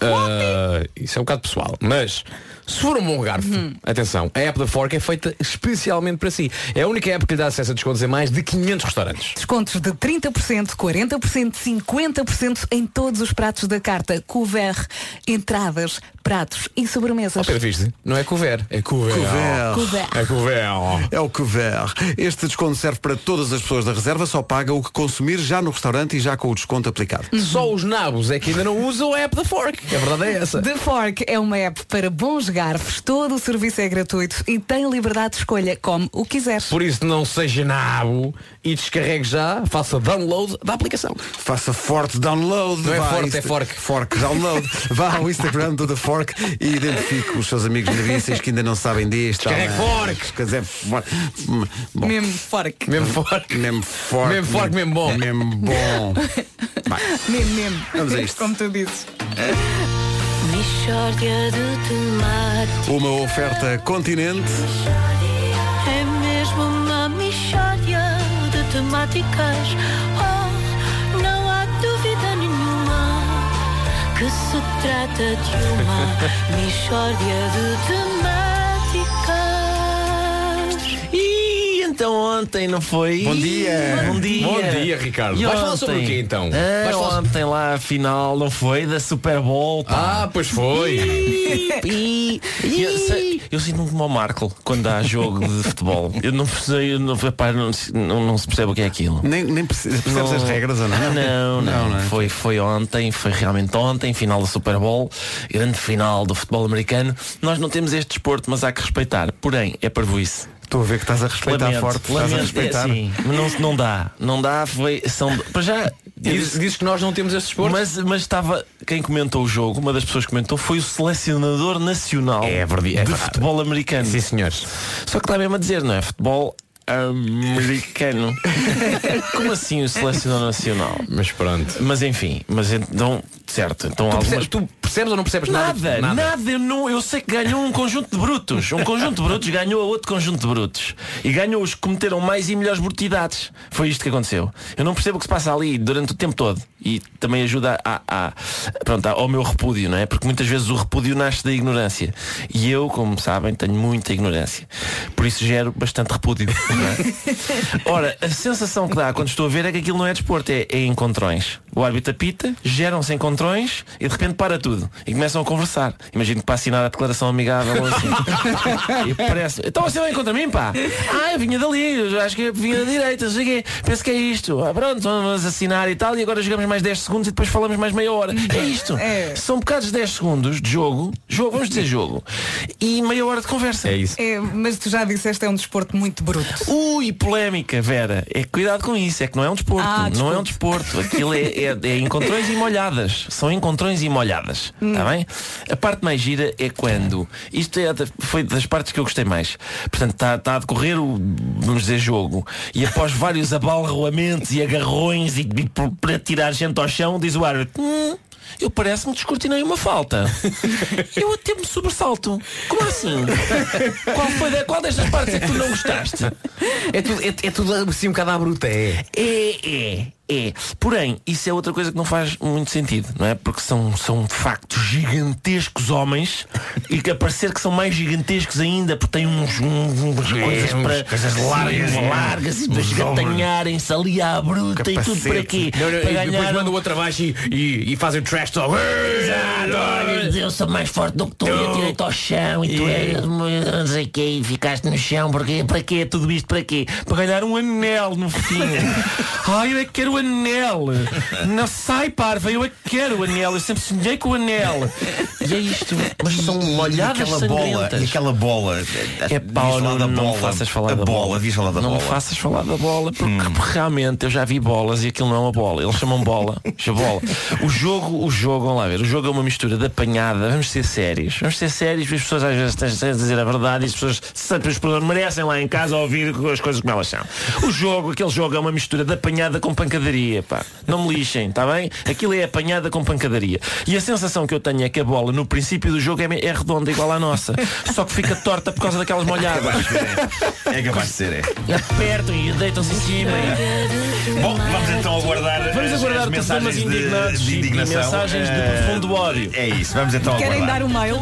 S6: Ah, isso é um bocado pessoal. Mas se for um bom garfo, atenção, a app da Fork é feita especialmente para si. É a única app que lhe dá acesso a descontos em mais de 500 restaurantes.
S4: Descontos de 30%, 40%, 50% em todos os pratos da carta. Couvert, entradas, pratos e
S6: Oh,
S4: sobremesas.
S6: Pedro, viste? Não é couvert, é couvert.
S1: Couvert.
S4: Couvert.
S6: É couvert.
S1: É o que ver. Este desconto serve para todas as pessoas da reserva, só paga o que consumir já no restaurante e já com o desconto aplicado.
S6: Só os nabos é que ainda não usam a app da Fork. A verdade é essa.
S4: The Fork é uma app para bons garfos, todo o serviço é gratuito e tem liberdade de escolha, como o quiseres.
S6: Por isso não seja nabo e descarregue já, faça download da aplicação.
S1: Faça forte download.
S6: Não é
S1: Vá ao
S6: forte,
S1: Insta-
S6: é fork.
S1: Fork download. Vá ao Instagram do The Fork e identifique os seus amigos navícios que ainda não sabem disto.
S6: Descarregue é fork.
S1: Quer dizer, fork. Bom.
S4: Mesmo Fork.
S6: Mesmo fork.
S1: Mesmo forte.
S6: Mesmo forte, mesmo bom.
S1: Mesmo bom.
S4: Mesmo, mesmo.
S1: Vamos a isto.
S4: Como tu dizes.
S5: Michórdia de temáticas.
S1: Uma oferta continente.
S5: É mesmo uma michórdia de temáticas. Oh, não há dúvida.
S12: trata de uma mistória de temáticas.
S10: E então ontem, não foi?
S6: Bom dia.
S10: Bom dia.
S6: Bom dia, Ricardo.
S10: E
S6: Vais falar sobre o quê, então?
S10: Ah,
S6: Vais falar
S10: ontem lá a final, não foi? Da Super Bowl. pá.
S6: Ah, pois foi.
S10: Ih, ih, ih. eu, sei- eu sinto-me como o Marco quando há jogo de futebol. Eu não sei, eu não, pá, não, se- não, não se percebe o que é aquilo.
S1: Nem, nem perce- percebes as regras ou não?
S10: Não, não.
S1: Não, não é?
S10: Foi, foi ontem, foi realmente ontem, final do Super Bowl, grande final do futebol americano. Nós não temos este desporto, mas há que respeitar. Porém, é parvoíce.
S1: Estou a ver que estás a respeitar
S10: Lamento,
S1: forte, estás
S10: lamento,
S1: a respeitar.
S10: É, sim, mas não, não dá, não dá, foi, são, para já...
S6: Dizes- dizes que nós não temos este desporto?
S10: Mas, mas estava, quem comentou o jogo, uma das pessoas que comentou, foi o selecionador nacional
S6: É verdade, é
S10: de
S6: verdade.
S10: futebol americano.
S6: Sim, senhores.
S10: Só que está mesmo a dizer, não é? Futebol americano. Como assim o selecionador nacional?
S6: Mas pronto.
S10: Mas enfim, mas então, certo, então
S6: Tu
S10: algumas
S6: percebes, tu percebes ou não percebes
S10: Nada,
S6: nada?
S10: nada, Eu, não, eu sei que ganhou um conjunto de brutos. Um conjunto de brutos ganhou a outro conjunto de brutos. E ganhou os que cometeram mais e melhores brutidades. Foi isto que aconteceu. Eu não percebo o que se passa ali durante o tempo todo. E também ajuda a, a- pronto, ao meu repúdio, não é? Porque muitas vezes o repúdio nasce da ignorância. E eu, como sabem, tenho muita ignorância. Por isso gero bastante repúdio. não é? Ora, a sensação que dá quando estou a ver é que aquilo não é desporto, é, é encontrões. O árbitro apita, geram-se encontrões e de repente para tudo. E começam a conversar. Imagino que para assinar a declaração amigável ou assim. e parece. Então você vai contra mim, pá? Ah, eu vinha dali, eu acho que eu vinha da direita, não sei o quê. Penso que é isto. Ah, pronto, vamos assinar e tal. E agora jogamos mais 10 segundos e depois falamos mais meia hora. É isto. São bocados de 10 segundos de jogo, jogo, vamos dizer jogo, e meia hora de conversa. É
S6: isso.
S4: É, mas tu já disseste é um desporto muito bruto.
S10: Ui, polémica, Vera. É que cuidado com isso, é que não é um desporto.
S4: Ah,
S10: não é um desporto. Aquilo é, é, é encontrões e molhadas. São encontrões e molhadas.
S6: Hum.
S10: Está bem? A parte mais gira é quando. Isto é da- foi das partes que eu gostei mais. Portanto, está tá a decorrer o, vamos dizer, jogo. E após vários abalroamentos e agarrões e, e por- para tirar gente ao chão, diz o árbitro. "Hum, eu parece-me que descortinei uma falta. Eu até me sobressalto. Como assim? Qual, foi, de- qual destas partes é que tu não gostaste?
S6: É tudo, é, é tudo assim um bocado à bruta, é.
S10: É, é, é. Porém, isso é outra coisa que não faz muito sentido, não é? Porque são, são de facto gigantescos homens e que a parecer que são mais gigantescos ainda porque têm uns, uns- umas
S6: É,
S10: coisas
S6: uns-
S10: para
S6: coisas largas,
S10: Sim,
S6: é.
S10: largas e para
S6: Uns ombros.
S10: esgatanharem-se ali à bruta e tudo para quê?
S6: É Não, não,
S10: para
S6: e depois
S10: ganhar
S6: manda o outro abaixo e, e, e fazem o trash talk.
S10: eu sou mais forte do que tu, eu tirei-te ao chão e tu és não sei o quê, e ficaste no chão, porque, para quê? Tudo isto para quê? Para ganhar um anel no fim. Ai, eu é que quero o anel. Não sai, parva, eu é que quero o anel, eu sempre sonhei com o anel. E é isto, mas são molhadas
S13: aquela bola,
S10: sangrentas.
S13: e aquela bola.
S10: É pá,
S13: Devias falar
S10: não,
S13: da
S10: não
S13: bola.
S10: faças falar
S13: a
S10: da bola.
S13: devias falar da
S10: não
S13: bola. Hum.
S10: me faças falar da bola, porque realmente eu já vi bolas e aquilo não é uma bola. Eles chamam bola. Chama bola. O jogo, o jogo, vamos lá ver, o jogo é uma mistura de apanhada, vamos ser sérios. Vamos ser sérios, porque as pessoas às vezes têm têm de dizer a verdade e as pessoas, sempre as pessoas merecem lá em casa ouvir as coisas como elas são. O jogo, aquele jogo é uma mistura de apanhada com pancadaria, pá. Não me lixem, está bem? Aquilo é apanhada com pancadaria. E a sensação que eu tenho é que a bola no princípio do jogo é, me- é redonda igual à nossa, só que fica torta por causa daquelas molhadas.
S13: É capaz de ser, é.
S10: Apertam e deitam-se em cima.
S13: Bom, vamos então aguardar.
S10: Vamos
S13: as-
S10: aguardar
S13: as
S10: telefonemas
S13: mensagens de,
S10: indignados
S13: de
S10: e- e
S13: indignação.
S10: mensagens de
S13: Eh,
S10: profundo ódio.
S13: É isso, vamos então
S4: Querem
S13: aguardar.
S4: dar o mail?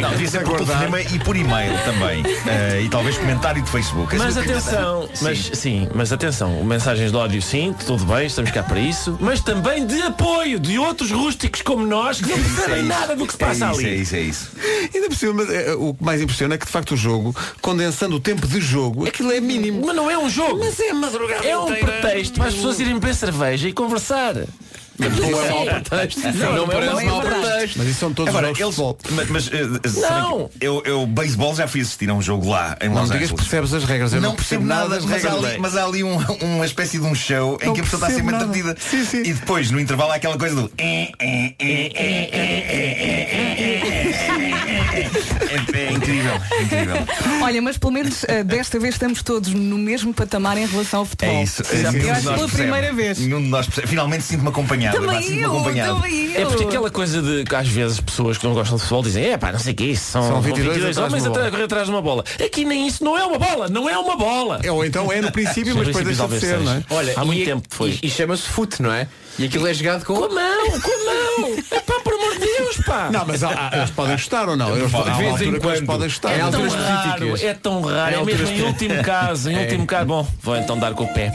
S13: Não, devia ser por telefonema e por e-mail também. Eh, e talvez comentário de Facebook.
S10: Mas
S13: Assim,
S10: atenção,
S13: Sim.
S10: mas sim, mas atenção, mensagens de ódio sim, tudo bem, estamos cá para isso, mas também de apoio de outros rústicos como nós que não percebem nada do que se passa
S1: é isso,
S10: ali.
S1: é
S13: isso, é isso.
S1: Ainda por cima, mas, eh, o que mais impressiona é que de facto o jogo, condensando o tempo de jogo, aquilo é mínimo.
S10: Mas não é um jogo.
S1: Mas é a madrugada.
S10: É um
S1: inteira.
S10: pretexto para as pessoas irem beber cerveja e conversar.
S1: Não é
S10: Sim.
S1: mau pretexto.
S10: Não, não, é mau pretexto.
S1: Mas isso são todos
S13: Agora,
S1: jogos.
S13: eles, mas, mas, eh, eh,
S10: Não.
S13: sabem que eu, eu beisebol já fui assistir a um jogo lá em
S1: Não
S13: Los
S1: me digas
S13: Angeles.
S1: que percebes as regras.
S6: é
S1: Eu não, percebo nada das
S13: mas há,
S1: regras.
S13: ali, mas há ali um- uma espécie de um show em
S1: Não
S13: que a pessoa está a ser
S1: percebo
S13: muito
S1: nada.
S13: entretida. E depois, no intervalo, há aquela coisa do. É, é, é, é, é, é incrível, é incrível.
S4: Olha, mas pelo menos eh, desta vez estamos todos no mesmo patamar em relação ao futebol.
S13: É isso.
S4: Eu
S13: Nenhum de
S4: acho que
S13: nós
S4: pela
S13: percebe.
S4: primeira vez.
S13: Nenhum de nós percebe. Finalmente sinto-me acompanhado.
S4: Também
S13: Vá, sinto-me
S4: eu,
S13: acompanhado.
S4: também eu.
S10: É porque aquela coisa de que às vezes pessoas que não gostam de futebol dizem, é pá, não sei o que é isso, são,
S1: São
S10: são
S1: 22 atrás
S10: 22,
S1: de
S10: homens
S1: uma bola."
S10: atrás, a correr atrás de uma bola. Aqui nem isso não é uma bola, não é uma bola.
S1: É, ou então é no princípio,
S10: No
S1: mas depois deixa de
S10: talvez
S1: ser,
S10: seja.
S1: não é?
S6: Olha,
S10: há
S6: e-
S10: muito tempo foi. Oh,
S6: E, e chama-se fute, não é? E aquilo é jogado com.
S10: Com a mão, com a mão. Epá, É por amor de Deus, pá. pá.
S1: Não, mas há- há- eles podem gostar ou não? Eles podem, há uma altura que eles podem Então, gostar.
S10: É
S1: Há
S10: tão
S1: alturas
S10: raro,
S1: específicas.
S10: é tão raro. É,
S1: alturas
S10: mesmo em
S1: específicas.
S10: último caso, em
S1: É.
S10: último caso. Bom, vou então dar com o pé.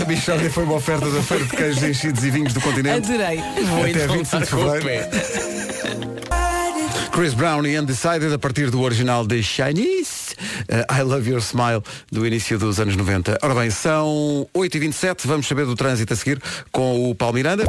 S1: A Bichória foi uma oferta da Feira de Queijos Enchidos e Vinhos do Continente.
S4: Adorei.
S1: Vou Até É então 25 de dar com o fevereiro. Chris Brown e Undecided a partir do original de Chinese eh, I Love Your Smile do início dos anos 90. Ora bem, são 8h27, vamos saber do trânsito a seguir com o Paulo Miranda.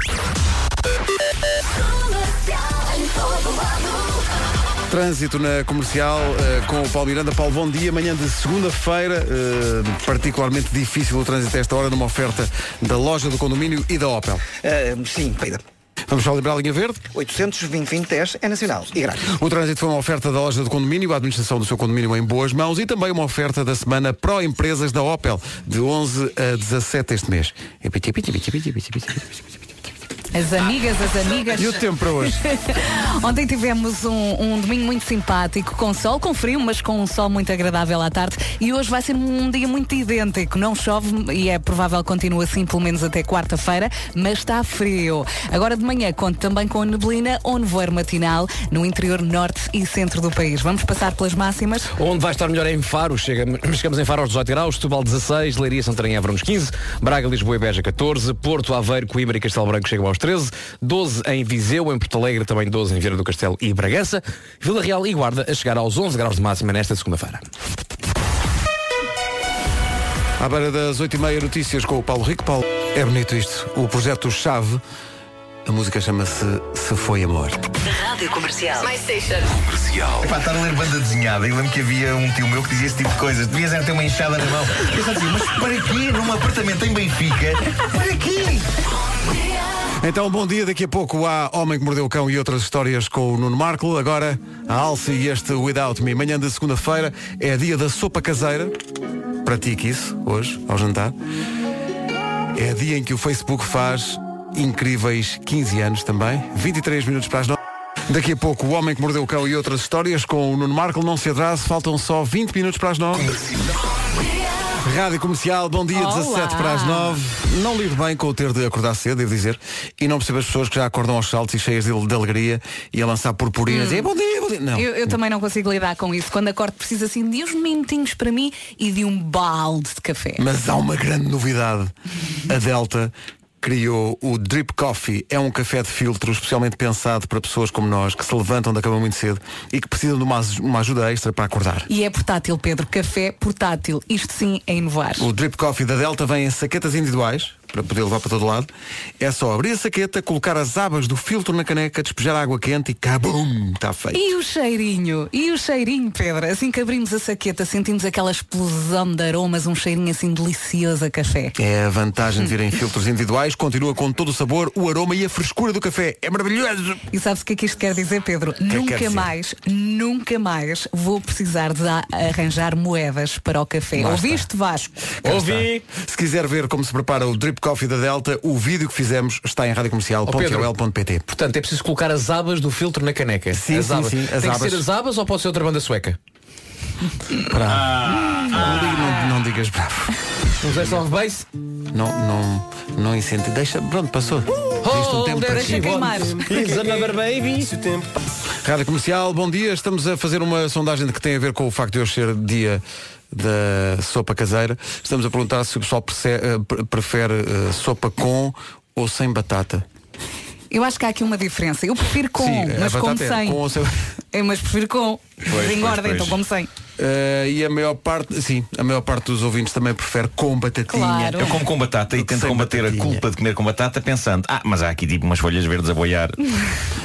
S1: Trânsito na comercial eh, com o Paulo Miranda. Paulo, bom dia. Manhã de segunda-feira, eh, particularmente difícil o trânsito a esta hora, numa oferta da loja do condomínio e da Opel.
S3: Ah, sim, Pedro.
S1: Vamos só lembrar a linha verde?
S3: 820 é nacional e grátis.
S1: O trânsito foi uma oferta da loja do condomínio, a administração do seu condomínio em boas mãos e também uma oferta da semana Pro Empresas da Opel, de 11 a 17 este mês. É
S4: As amigas, as amigas.
S1: E o tempo para hoje?
S4: Ontem tivemos um, um domingo muito simpático, com sol, com frio, mas com um sol muito agradável à tarde. E hoje vai ser um dia muito idêntico. Não chove e é provável que continue assim pelo menos até quarta-feira, mas está frio. Agora de manhã conto também com neblina ou nevoeiro matinal no interior norte e centro do país. Vamos passar pelas máximas.
S6: Onde vai estar melhor é em Faro, chega, chegamos em Faro aos 18 graus, Setúbal 16, Leiria, Santarém, e Évora nos 15, Braga, Lisboa e Beja 14, Porto, Aveiro, Coimbra e Castelo Branco chegam aos 13, 12 em Viseu, em Porto Alegre também 12 em Vieira do Castelo e Bragança, Vila Real e Guarda a chegar aos 11 graus de máxima nesta segunda-feira.
S1: À beira das 8h30, notícias com o Paulo Rico. Paulo, é bonito isto. O projeto Chave, a música chama-se Se Foi Amor.
S7: Rádio Comercial. My Station.
S13: Epá, estava a ler banda desenhada e lembro que havia um tio meu que dizia esse tipo de coisas. Devias era ter uma enxada na mão. Eu só dizia, mas para quê num apartamento em Benfica? Para quê?
S1: Então, bom dia. Daqui a pouco há Homem que Mordeu o Cão e outras histórias com o Nuno Marco. Agora, a Alce e este Without Me. Manhã de segunda-feira é dia da sopa caseira. Pratique isso hoje, ao jantar. É dia em que o Facebook faz incríveis 15 anos também. 23 minutos para as 9. Daqui a pouco, o Homem que Mordeu o Cão e outras histórias com o Nuno Marco. Não se atrase, faltam só 20 minutos para as 9. Rádio Comercial, bom dia,
S14: Olá.
S1: 17 para as 9. Não lido bem com o ter de acordar cedo, devo dizer, e não percebo as pessoas que já acordam aos saltos e cheias de, de alegria e a lançar purpurinas e bom dia, bom dia. Não.
S4: Eu, eu também não consigo lidar com isso. Quando acordo preciso assim de uns minutinhos para mim e de um balde de café.
S1: Mas há uma grande novidade. A Delta criou o Drip Coffee. É um café de filtro especialmente pensado para pessoas como nós que se levantam da cama muito cedo e que precisam de uma, aj- uma ajuda extra para acordar.
S4: E é portátil, Pedro. Café portátil. Isto sim é inovar.
S1: O Drip Coffee da Delta vem em saquetas individuais para poder levar para todo lado. É só abrir a saqueta, colocar as abas do filtro na caneca, despejar água quente e cabum, está feito.
S4: E o cheirinho, e o cheirinho, Pedro. Assim que abrimos a saqueta, sentimos aquela explosão de aromas, um cheirinho assim delicioso a café.
S1: É a vantagem de vir em filtros individuais, continua com todo o sabor, o aroma e a frescura do café. É maravilhoso!
S4: E sabes o que é que isto quer dizer, Pedro?
S1: é que
S4: nunca
S1: quer dizer?
S4: mais, nunca mais vou precisar de a- arranjar moedas para o café.
S1: Lá
S4: Ouviste, Vasco?
S1: Cá está. Se quiser ver como se prepara o Drip Coffee da Delta, o vídeo que fizemos está em radiocomercial.ol.pt.
S6: Portanto, é preciso colocar as abas do filtro na caneca.
S1: Sim,
S6: as
S1: sim,
S6: abas.
S1: sim, as
S6: Tem que
S1: abas.
S6: ser as abas ou pode ser outra banda sueca?
S1: Não, diga- não- não digas bravo.
S6: Usei of base?
S1: Não, não, não incente. Deixa, pronto, passou. Existe
S4: Oh,
S1: um tempo para ti. Rádio Comercial, bom dia. Estamos a fazer uma sondagem que tem a ver com o facto de hoje ser dia da sopa caseira. Estamos a perguntar se o pessoal perce- eh, pre- prefere eh, sopa com ou sem batata.
S4: Eu acho que há aqui uma diferença. Eu prefiro com, um,
S1: Sim, a
S4: mas como
S1: batata é
S4: sem.
S1: com ou sem-
S4: É, mas prefiro com.
S1: pois,
S4: Engorda,
S1: pois.
S4: então como sem.
S1: Eh, e a maior parte, sim, a maior parte dos ouvintes também prefere com batatinha.
S4: Claro.
S13: Eu como com batata e tento combater a culpa de comer com batata pensando, ah, mas há aqui tipo umas folhas verdes a boiar.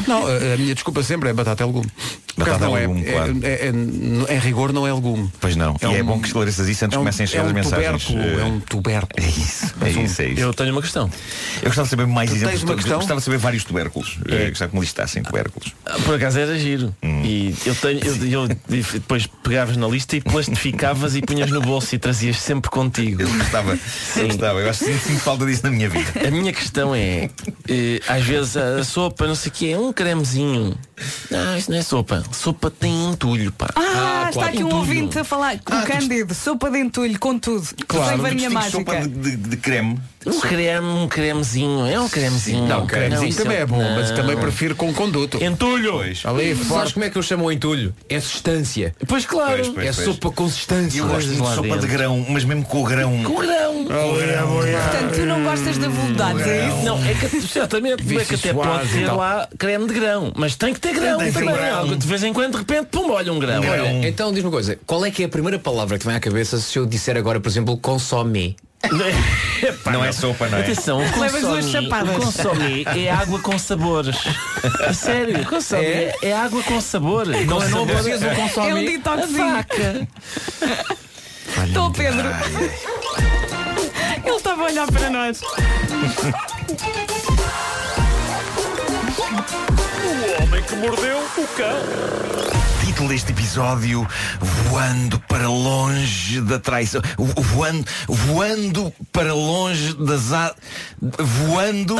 S1: Não, a a minha desculpa sempre é batata é legume.
S13: Batata
S1: Não
S13: é legume, claro.
S1: é, é- é- em rigor não é legume.
S13: Pois não.
S1: É
S13: e é
S1: um-
S13: bom que esclareças isso antes
S1: é um-
S13: que comecem a chegar
S1: é um
S13: as mensagens.
S1: tubérculo,
S13: Eh,
S1: é um tubérculo. um
S13: É isso, é isso, é isso.
S10: um, Eu tenho uma questão.
S13: Eu gostava de saber mais
S10: Tu tens
S13: exemplos.
S10: uma
S13: Eu
S10: questão?
S13: Gostava de saber vários tubérculos.
S10: É. Ah,
S13: Eh, Gostava que me listassem tubérculos. Hum.
S10: Por acaso era giro. E eu tenho, eu, eu- depois pegavas na lista e plastificavas e punhas no bolso e trazias sempre contigo. Eu
S13: gostava, eu gostava, eu acho que sinto falta disso na minha vida.
S10: A minha questão é, eh, às vezes a, a sopa, não sei o que, é um cremezinho. Não, isso não é sopa. Sopa tem entulho, pá.
S4: Ah, está
S10: claro.
S4: aqui um
S10: Entulho.
S4: ouvinte a falar com o Cândido, sopa de entulho, com tudo. Sem varinha
S13: Tipo,
S4: mágica.
S13: sopa de, de- de creme.
S10: Um creme, um cremezinho. É um cremezinho.
S1: Não, cremezinho
S10: isso um-
S1: também é bom, mas também
S10: Não.
S1: prefiro com conduto.
S10: Entulho!
S1: Ali
S6: Sabes
S1: forte.
S6: como é que eu chamo o entulho? É sustância.
S10: Pois claro.
S6: Pois, pois, É pois. sopa com sustância.
S13: Eu gosto de
S6: Lá
S13: sopa
S6: dentro.
S13: de grão, mas mesmo com o grão.
S10: Com o Um grão.
S4: Portanto, tu não gostas da vulgaridade, é isso?
S10: Não, é que certamente não é que até
S6: suave
S10: pode
S6: e
S10: ter
S6: tal.
S10: lá creme de grão, mas tem que ter grão.
S6: Tem que ter
S10: também.
S6: grão.
S10: Algo De vez em quando, de repente, pum, olha um grão.
S6: Olha,
S2: Hum.
S10: Olha.
S6: então diz-me uma coisa, qual é que é a primeira palavra que te vem à cabeça se eu disser agora, por exemplo, consome?
S10: Epá,
S13: Não é sopa, não é?
S10: Atenção, o
S4: Levas duas
S10: consome,
S4: chapadas.
S10: o consome é água com sabores. A Sério, consome é, é água com sabor.
S6: Não é novo,
S10: sabor.
S6: vocês o consome?
S4: É um detoxinho. Estou, Pedro. Ele estava a olhar para nós.
S8: é
S12: O homem que mordeu o cão.
S13: Título deste episódio: Voando para longe da traição. Vo- Voando, voando para longe das a... Voando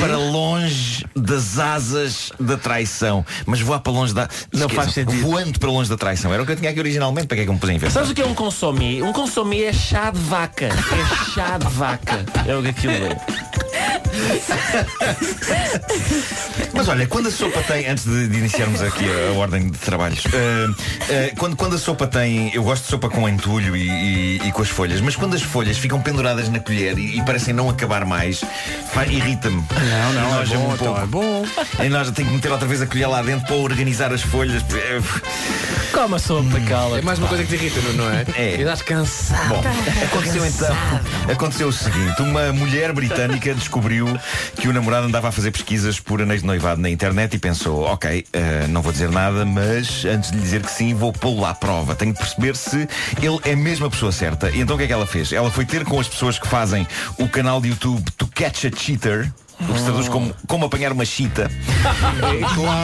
S13: para longe das asas da traição. Mas voar para longe da. Esqueçam.
S10: faz sentido.
S13: Voando para longe da traição. Era o que eu tinha aqui originalmente. Para que é que eu me pus a inventar?
S10: Sabes o que é um consome? Um consome é chá de vaca. É chá de vaca. É o que aquilo é.
S13: Mas olha, quando a sopa tem, antes de, de iniciarmos aqui a, a ordem de trabalhos, eh, eh, quando, quando a sopa tem, eu gosto de sopa com entulho e, e- e com as folhas, mas quando as folhas ficam penduradas na colher e, e parecem não acabar mais, fa- irrita-me. Não,
S1: não, é bom, então, é
S13: bom. um E nós tenho que meter outra vez a colher lá dentro para organizar as folhas. Eh,
S10: Calma a sopa, cala.
S6: É mais uma coisa que te irrita, não- não é?
S13: É.
S6: E dás cansado.
S13: Bom, aconteceu então. Aconteceu o seguinte, uma mulher britânica descobriu que o namorado andava a fazer pesquisas por anéis de noivado na internet e pensou, ok, eh, não vou dizer nada, mas antes de lhe dizer que sim, vou pô-lo à prova. Tenho de perceber se ele é mesmo a pessoa certa. E então o que é que ela fez? Ela foi ter com as pessoas que fazem o canal de YouTube To Catch a Cheater. O que se traduz como como apanhar uma chita.
S1: Claro,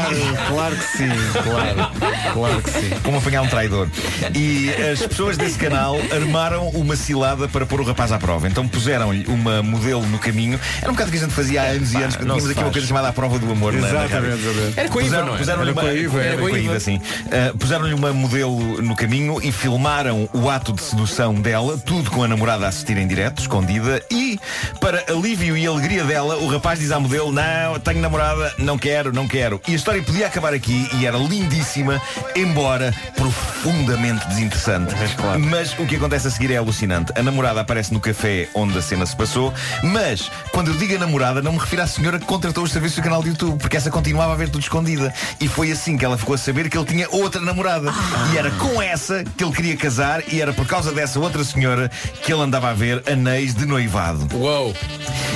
S1: claro que sim, claro. Claro que sim.
S13: Como apanhar um traidor. E as pessoas desse canal armaram uma cilada para pôr o rapaz à prova. Então puseram-lhe uma modelo no caminho. Era um bocado que a gente fazia há anos e anos, quando
S10: não
S13: tínhamos
S10: se
S13: aqui uma
S10: faz.
S13: coisa chamada a prova do amor. é? na- na rádio.
S1: Exatamente, exatamente.
S6: Era com a IVA,
S13: Puseram-
S6: não é?
S13: Puseram-lhe
S1: Era
S13: uma,
S1: com a IVA,
S13: era
S1: era
S13: com
S1: com
S13: a
S1: a
S13: IVA, sim. Ah, puseram-lhe uma modelo no caminho e filmaram o ato de sedução dela, tudo com a namorada a assistir em direto, escondida, e para alívio e alegria dela, o rapaz diz à modelo, não, tenho namorada, não quero, não quero. E a história podia acabar aqui e era lindíssima, embora profundamente desinteressante.
S1: É,
S13: Mas, o que acontece a seguir é alucinante. A namorada aparece no café onde a cena se passou, mas quando eu digo a namorada, não me refiro à senhora que contratou os serviços do canal de YouTube, porque essa continuava a ver tudo escondida. E foi assim que ela ficou a saber que ele tinha outra namorada. E era com essa que ele queria casar e era por causa dessa outra senhora que ele andava a ver anéis de noivado.
S6: Uou!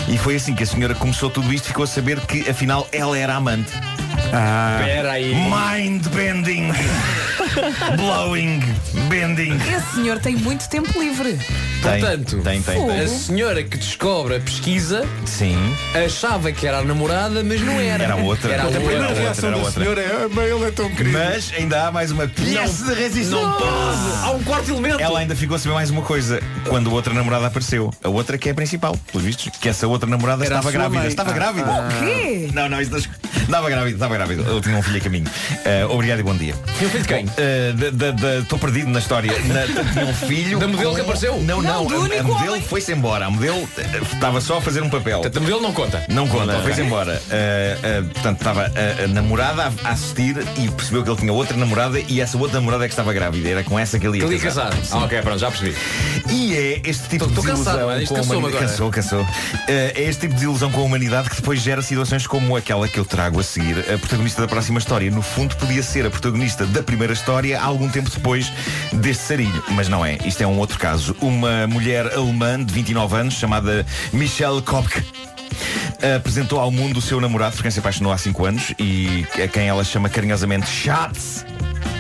S13: E foi assim que a senhora começou tudo isto e ficou a saber que afinal ela era amante.
S1: Ah.
S6: Espera aí.
S13: Mind bending, blowing, bending.
S4: Esse senhor tem muito tempo livre.
S13: Tem,
S6: Portanto,
S13: tem, tem, tem.
S6: a senhora que descobre a pesquisa
S13: Sim.
S6: achava que era a namorada, mas não era.
S13: Era outra.
S6: Era a
S13: Outra.
S6: outra.
S1: A
S13: Era
S1: reação
S13: outra,
S1: da
S13: outra.
S1: senhora é, "Ah, mas ele é tão querido.
S13: Mas ainda há mais uma pièce de resistência.
S6: Não pode! Há um quarto elemento!
S13: Ela ainda ficou a saber mais uma coisa. Quando a outra namorada apareceu, a outra que é a principal, pelos vistos, que essa outra namorada
S1: Era a
S13: estava
S1: sua
S13: grávida.
S1: mãe.
S13: Estava
S1: Ah,
S13: grávida.
S4: O quê?
S13: Não, não, isso das... Estava grávida, estava grávida. Eu tinha um filho a caminho. Eh, obrigado e bom eh, dia.
S6: Tinha um filho de quem?
S13: Estou perdido na história. Na, tinha um filho.
S6: Da modelo
S13: com-
S6: que apareceu?
S4: Não,
S13: Não, não.
S4: do
S13: a- a,
S4: único
S13: modelo
S4: homem.
S13: foi-se embora. A modelo eh, estava só a fazer um papel.
S6: Portanto, a modelo não conta.
S13: Não conta,
S6: Ok.
S13: foi-se embora. Uh, uh, portanto, estava a, a namorada a, a assistir e percebeu que ele tinha outra namorada e essa outra namorada é que estava grávida. Era com essa que ele ia
S6: Ele ia
S13: casar.
S6: casar. Ah, ok, pronto, já percebi.
S13: E é este tipo
S6: Tô- tô
S13: de ilusão
S6: cansado, mano. Isto
S13: com a
S6: cansou-me
S13: humani-
S6: agora.
S13: Cansou, cansou. Uh, é este tipo de ilusão com a humanidade que depois gera situações como aquela que eu trago a seguir. A protagonista da próxima história, no fundo, podia ser a protagonista da primeira história algum tempo depois deste sarilho. Mas não é. Isto é um outro caso. Uma mulher alemã de 29 anos chamada Michelle Kopke apresentou ao mundo o seu namorado, por quem se apaixonou há 5 anos, e a quem ela chama carinhosamente Schatz.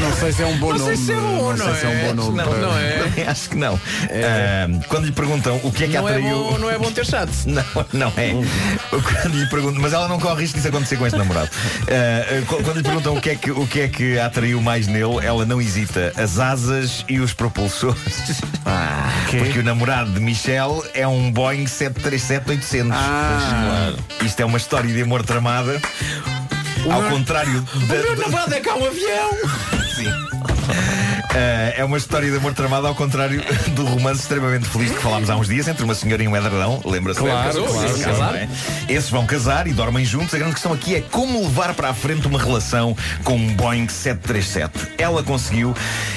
S1: Não sei se é um bom nome. não sei se é um bom nome.
S6: Não,
S1: para-
S6: não é?
S13: Acho que não. Ahm, quando lhe perguntam o que é que
S6: Não é,
S13: atraiu.
S6: bom, não é bom ter chato.
S13: Não, não é. Quando lhe perguntam, mas ela não corre risco disso acontecer com este namorado. Ah, ah, qu- quando lhe perguntam o que, é que, o que é que a atraiu mais nele, ela não hesita. As asas e os propulsores. Ah,
S6: Ah,
S13: Porque o namorado de Michelle é um Boeing 737-800.
S1: Ah.
S13: Isto é uma história de amor tramada. Ao contrário da,
S6: namorado é cá um avião!
S13: Sim. Ah, é uma história de amor tramado ao contrário do romance extremamente feliz que falámos há uns dias entre uma senhora e um edredão. Lembra-se?
S6: Claro,
S13: Lembra-se?
S6: claro,
S13: Esse caso,
S6: claro.
S13: não é? Esses vão casar e dormem juntos. A grande questão aqui é como levar para a frente uma relação com um Boeing 737. Ela conseguiu.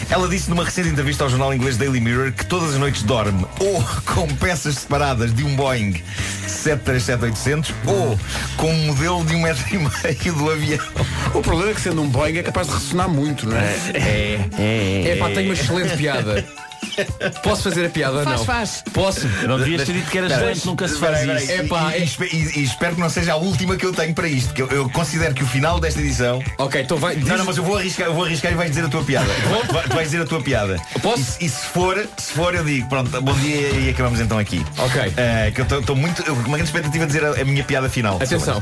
S13: Ela disse numa recente entrevista ao jornal inglês Daily Mirror que todas as noites dorme ou com peças separadas de um Boeing 737-800 ou com um modelo de um metro e meio do avião.
S1: O problema é que sendo um Boeing é capaz de ressonar muito, não é?
S13: É. É,
S6: É pá, tenho uma excelente piada. Posso fazer a piada?
S13: Faz,
S6: não.
S13: faz.
S6: Posso?
S10: Não devias ter dito que era excelente, nunca se faz
S13: Espera aí,
S10: isso.
S13: espera aí.
S6: Epá,
S13: E- e,
S6: é-
S13: espe- e- e espero que não seja a última que eu tenho para isto, que eu, eu considero que o final desta edição.
S6: Ok, então vai.
S13: Não, não, mas eu vou arriscar, eu vou arriscar e vais dizer a tua piada. Vai- tu vais dizer a tua piada. Posso? E, se- e se for, se for eu digo, pronto, bom dia e acabamos então aqui. Eh,
S6: Ok.
S13: que eu estou muito. eu- com Uma grande expectativa de dizer a, a minha piada final.
S6: Atenção.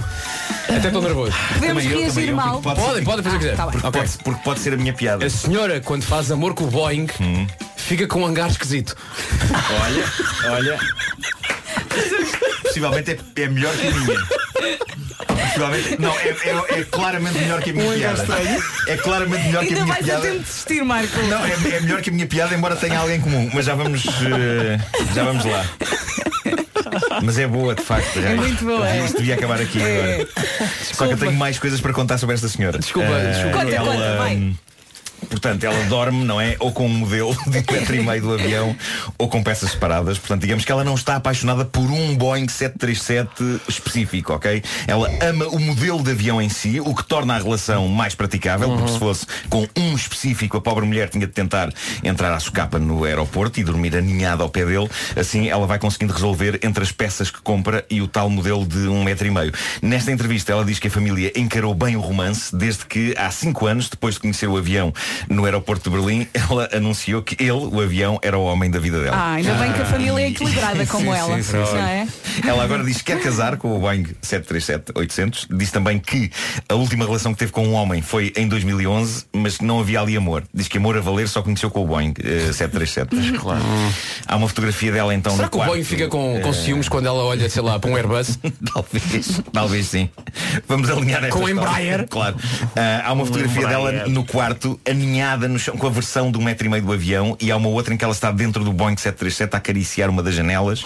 S6: Até estou nervoso.
S4: Podemos
S13: Também eu,
S4: reagir
S13: também eu,
S4: mal.
S13: porque pode ser-
S6: Podem, podem fazer o que quiser.
S4: Ah, tá bem.
S13: Porque,
S6: Ok.
S13: pode, porque pode ser a minha piada.
S6: A senhora, quando faz amor com o Boeing,
S1: Hum.
S6: fica com um hangar esquisito.
S13: Olha, olha. Possivelmente é, é melhor que a minha. Possivelmente. Não, é, é- é claramente melhor que a minha
S1: Um hangar
S13: piada. É claramente melhor que a
S4: Ainda
S13: minha
S4: vais a
S13: piada.
S4: tempo de desistir, Marco.
S13: Não, é, é melhor que a minha piada, embora tenha algo em comum. Mas já vamos. eh, já vamos lá. Mas é boa, de facto. já.
S4: É muito boa, é.
S13: Isto devia acabar aqui agora. Só que eu tenho mais coisas para contar sobre esta senhora.
S6: Desculpa,
S13: Eh,
S6: desculpa. Conta,
S13: ela,
S6: conta, vai.
S13: hum, Portanto, ela dorme, não é? Ou com um modelo de um metro e meio do avião, ou com peças separadas. Portanto, digamos que ela não está apaixonada por um Boeing 737 específico, ok? Ela ama o modelo de avião em si, o que torna a relação mais praticável,
S6: Uhum.
S13: porque se fosse com um específico, a pobre mulher tinha de tentar entrar à socapa no aeroporto e dormir aninhada ao pé dele. Assim, ela vai conseguindo resolver entre as peças que compra e o tal modelo de um metro e meio. Nesta entrevista, ela diz que a família encarou bem o romance, desde que há cinco anos, depois de conhecer o avião no aeroporto de Berlim, ela anunciou que ele, o avião, era o homem da vida dela.
S4: Ah, ainda bem que a família é equilibrada como
S13: Sim,
S4: ela.
S13: sim, sim, sim.
S4: não é?
S13: Ela agora diz que quer casar com o Boeing 737-800. Diz também que a última relação que teve com um homem foi em 2011, mas que não havia ali amor. Diz que amor a valer só conheceu com o Boeing eh, 737. claro. Hum. Há uma fotografia dela então
S6: Será
S13: no
S6: que o Boeing
S13: quarto,
S6: fica com, com
S13: eh,
S6: ciúmes quando ela olha, sei lá, para um Airbus?
S13: Talvez, talvez sim. Vamos alinhar esta
S6: Com
S13: história.
S6: Embraer?
S13: Claro. Ah, há uma fotografia
S10: Embraer.
S13: dela no quarto, aninhada no chão, com a versão de um metro e meio do avião, e há uma outra em que ela está dentro do Boeing 737 a acariciar uma das janelas,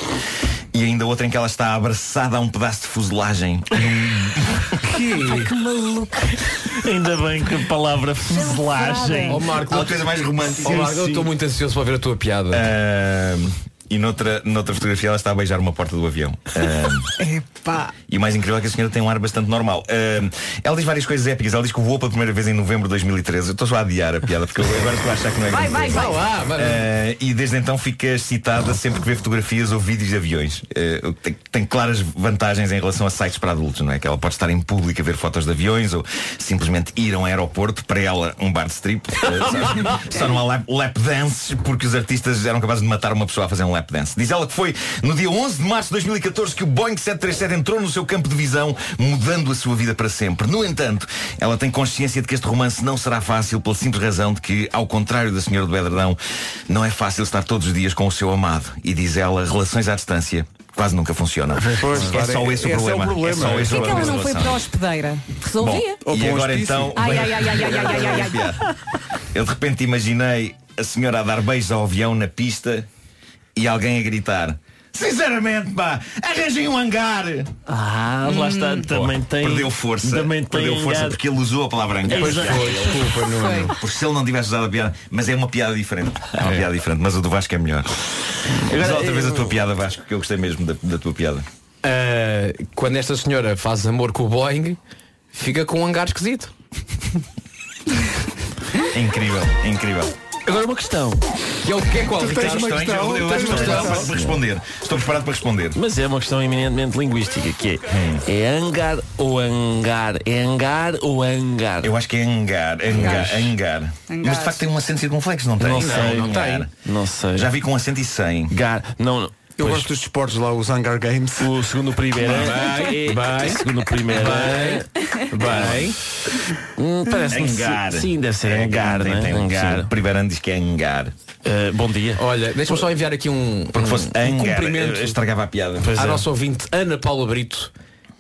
S13: e ainda outra em que ela está abraçada a um pedaço de fuselagem.
S4: Que maluco.
S10: Ainda bem que a palavra fuselagem.
S6: Ó Marco,
S13: Uma coisa mais romântica.
S6: ó, Marco, eu estou muito ansioso para ver a tua piada.
S13: Ah, e noutra, noutra fotografia ela está a beijar uma porta do avião. Ah,
S4: Epá.
S13: E o mais incrível é que a senhora tem um ar bastante normal. Ahm, ela diz várias coisas épicas. Ela diz que voou pela primeira vez em novembro de 2013. Eu estou só a adiar a piada, porque eu agora estou a achar que não é
S4: Vai,
S13: grande
S4: vai,
S13: coisa.
S4: vai.
S6: Vá lá, vai.
S13: Ah, e desde então fica excitada sempre que vê fotografias ou vídeos de aviões. Ah, o que tem, tem claras vantagens em relação a sites para adultos, não é? Que ela pode estar em público a ver fotos de aviões ou simplesmente ir a um aeroporto, para ela um bar de strip. Ah, sabe? só não há lap, lap dance porque os artistas eram capazes de matar uma pessoa a fazer um lap dance. Diz ela que foi no dia 11 de março de 2014 que o Boeing 737 entrou no seu campo de visão, mudando a sua vida para sempre. No entanto, ela tem consciência de que este romance não será fácil pela simples razão de que, ao contrário da senhora do Edredão, não é fácil estar todos os dias com o seu amado. E diz ela, relações à distância quase nunca funcionam.
S1: Pois,
S13: é
S1: claro,
S13: só
S1: é-
S13: esse o
S1: esse é o
S13: problema.
S1: problema.
S13: só esse
S4: Porquê
S13: o
S4: que ela
S13: problema
S4: não
S13: da
S4: foi para a
S13: relação.
S4: hospedeira?
S13: Bom,
S4: Resolvia?
S13: e agora então.
S4: Ai,
S13: bem-
S4: ai, ai, ai, ai, ai, ai, ai, ai.
S13: Eu de repente imaginei a senhora a dar beijos ao avião na pista e alguém a gritar. Sinceramente, pá, arranjem um hangar!
S10: Ah, lá
S4: Hum.
S10: está, também tem.
S13: Perdeu força.
S10: Também tem
S13: perdeu força
S10: engado.
S13: porque ele usou a palavra hangar.
S10: Pois
S13: Já.
S10: foi,
S1: desculpa, Nuno.
S13: Porque se ele não tivesse usado a piada, mas é uma piada diferente. É uma piada diferente, mas o do Vasco é melhor. Mas outra vez a tua piada, Vasco, que eu gostei mesmo da, da tua piada.
S6: Ah, quando esta senhora faz amor com o Boeing, fica com um hangar esquisito.
S13: É incrível, é incrível.
S10: Agora uma questão.
S6: Que é o que é qual?
S1: Tu tens
S6: Ricardo?
S1: uma
S13: Questões,
S1: questão,
S13: eu- eu
S1: tens
S13: acho que
S1: uma
S13: estou preparado
S1: questão.
S13: para responder. Estou preparado para responder.
S10: Mas é uma questão eminentemente linguística, que é, é hangar ou hangar? É hangar ou hangar?
S13: Eu acho que é hangar, hangar, hangar.
S4: Hangar.
S13: Mas de facto tem um acento circunflexo, não tem?
S10: Não sei,
S13: não,
S10: hangar.
S13: tem.
S10: Não sei.
S13: Já vi com acento e sem.
S10: Gar, não, não.
S1: Eu
S10: Pois,
S1: gosto dos esportes lá, os Hangar Games.
S10: o segundo primeiro.
S6: Bem,
S10: é,
S6: bem.
S10: o segundo primeiro. é-
S6: Bem,
S10: Hum, Parece-me
S13: Hangar.
S10: sim, sim, deve ser hangar,
S13: Tem,
S10: né?
S13: tem
S10: Hangar.
S13: Sim, o primeiro ano diz que é hangar.
S10: Eh, bom dia.
S13: Oh,
S6: olha, deixa-me só enviar aqui um,
S13: Porque
S6: um-
S13: fosse
S6: um
S13: hangar,
S6: cumprimento
S13: eh, estragava a piada.
S10: Pois
S6: à
S10: é.
S6: nossa ouvinte Ana Paula Brito,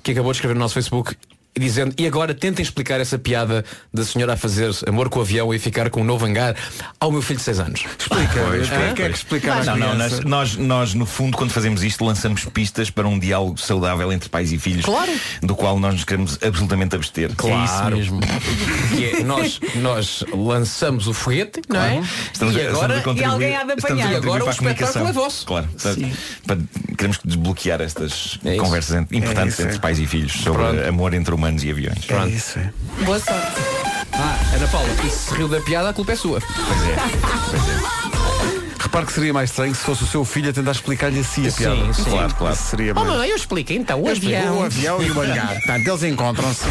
S6: que acabou de escrever no nosso Facebook. e dizendo e agora tentem explicar essa piada da senhora a fazer amor com o avião e ficar com um novo hangar ao meu filho de 6 anos.
S1: Explica, explica, é que explicar à
S13: Não, não,
S1: criança.
S13: nós, nós, nós, no fundo, quando fazemos isto, lançamos pistas para um diálogo saudável entre pais e filhos.
S6: Claro.
S13: Do qual nós nos queremos absolutamente abster.
S6: Claro. mesmo. Que é, nós, nós lançamos o foguete, não é?
S13: Estamos
S6: e
S13: a- estamos
S6: agora,
S13: a contribuir- estamos a
S6: E
S13: contribuir
S6: agora o
S13: para a comunicação.
S6: espetáculo é vosso.
S13: Claro. portanto, para- queremos desbloquear estas conversas ent-
S6: É
S13: importantes
S6: isso, é.
S13: entre pais e filhos sobre amor entre humanos e aviões.
S6: Pronto.
S1: É isso,
S6: Boa sorte. Ah, Ana Paula, e se riu da piada, a culpa é sua. Pois é.
S1: Repare que seria mais estranho se fosse o seu filho a tentar explicar-lhe assim a
S6: Sim,
S1: piada.
S6: sim. Claro,
S1: claro. Seria
S6: Oh,
S1: mais-
S6: mãe, eu explico então o
S1: Eu explico,
S6: avião.
S1: O avião e o hangar. Portanto, eles encontram-se.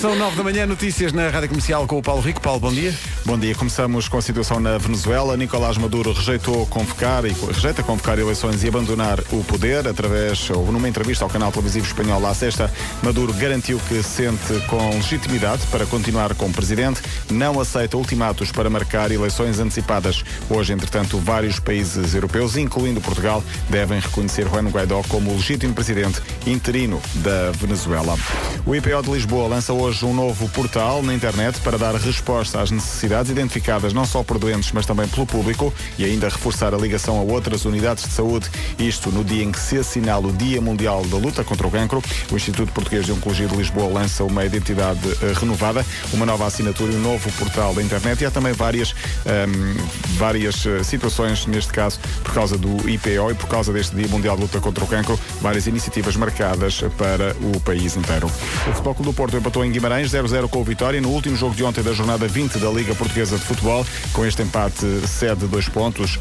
S1: São nove da manhã, notícias na Rádio Comercial com o Paulo Rico. Paulo, bom dia.
S2: Bom dia. Começamos com a situação na Venezuela. Nicolás Maduro rejeitou convocar e rejeita convocar eleições e abandonar o poder através ou numa entrevista ao canal televisivo espanhol La Sexta. Maduro garantiu que sente com legitimidade para continuar como presidente, não aceita ultimatos para marcar eleições antecipadas. Hoje, entretanto, vários países europeus, incluindo Portugal, devem reconhecer Juan Guaidó como o legítimo presidente interino da Venezuela. O IPO de Lisboa lança hoje um novo portal na internet para dar resposta às necessidades identificadas não só por doentes, mas também pelo público e ainda reforçar a ligação a outras unidades de saúde. Isto no dia em que se assinala o Dia Mundial da Luta contra o Cancro. O Instituto Português de Oncologia de Lisboa lança uma identidade eh, renovada, uma nova assinatura e um novo portal da internet e há também várias, ahm, várias eh, situações, neste caso, por causa do IPO e por causa deste Dia Mundial de Luta contra o Cancro, várias iniciativas marcadas para o país inteiro. O Futebol Clube do Porto empatou em Guimarães 0-0 com o Vitória no último jogo de ontem da jornada 20 da Liga Portuguesa de Futebol. Com este empate, cede dois pontos.